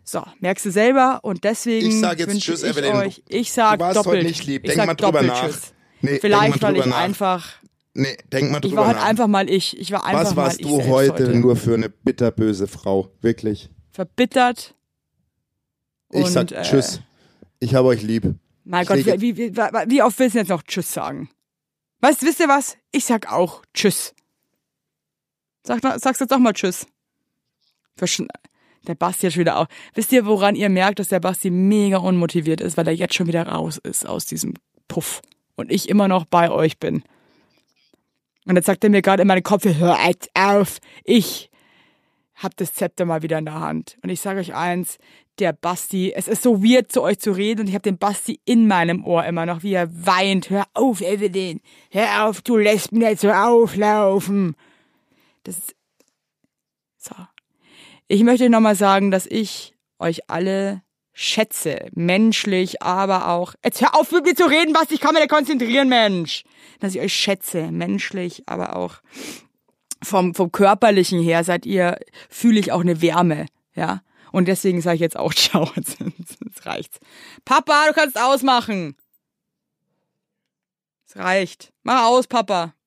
[SPEAKER 2] So, merkst du selber und deswegen.
[SPEAKER 1] Ich sag jetzt
[SPEAKER 2] wünsche
[SPEAKER 1] Tschüss,
[SPEAKER 2] ich
[SPEAKER 1] Evelyn.
[SPEAKER 2] Euch, ich sag
[SPEAKER 1] Du warst
[SPEAKER 2] doppelt.
[SPEAKER 1] heute nicht lieb.
[SPEAKER 2] Ich
[SPEAKER 1] Denk
[SPEAKER 2] sag
[SPEAKER 1] mal drüber
[SPEAKER 2] doppelt
[SPEAKER 1] nach.
[SPEAKER 2] Tschüss.
[SPEAKER 1] Nee, denk
[SPEAKER 2] Vielleicht,
[SPEAKER 1] mal
[SPEAKER 2] weil
[SPEAKER 1] drüber
[SPEAKER 2] ich
[SPEAKER 1] nach.
[SPEAKER 2] einfach.
[SPEAKER 1] Nee, denk mal drüber
[SPEAKER 2] Ich war heute
[SPEAKER 1] nach.
[SPEAKER 2] einfach mal ich. Ich war einfach
[SPEAKER 1] Was warst
[SPEAKER 2] mal ich
[SPEAKER 1] du
[SPEAKER 2] selbst
[SPEAKER 1] heute,
[SPEAKER 2] heute
[SPEAKER 1] nur für eine bitterböse Frau? Wirklich.
[SPEAKER 2] verbittert.
[SPEAKER 1] Ich
[SPEAKER 2] und,
[SPEAKER 1] sag
[SPEAKER 2] äh,
[SPEAKER 1] Tschüss. Ich habe euch lieb.
[SPEAKER 2] Mein
[SPEAKER 1] Ich
[SPEAKER 2] Gott,
[SPEAKER 1] lege-
[SPEAKER 2] wie, wie, wie, wie oft willst du jetzt noch Tschüss sagen? Weißt, wisst ihr was? Ich sag auch Tschüss. Sag, mal- sagst jetzt doch mal Tschüss. Versch- Der Basti hat schon wieder auch. Wisst ihr, woran ihr merkt, dass der Basti mega unmotiviert ist, weil er jetzt schon wieder raus ist aus diesem Puff und ich immer noch bei euch bin? Und jetzt sagt er mir gerade in meinen Kopf, hör jetzt auf, ich hab das Zepter mal wieder in der Hand. Und ich sage euch eins, der Basti, es ist so weird, zu euch zu reden und ich habe den Basti in meinem Ohr immer noch, wie er weint. Hör auf, Evelyn, hör auf, du lässt mir nicht so auflaufen. Das ist... So. Ich möchte nochmal sagen, dass ich euch alle schätze, menschlich, aber auch. Jetzt hör auf mit mir zu reden, Basti, ich kann mich nicht konzentrieren, Mensch. Dass ich euch schätze, menschlich, aber auch vom, vom körperlichen her seid ihr, fühle ich auch eine Wärme, ja. Und deswegen sage ich jetzt auch Ciao, jetzt, jetzt reicht's. Papa, du kannst ausmachen. Es reicht. Mach aus, Papa.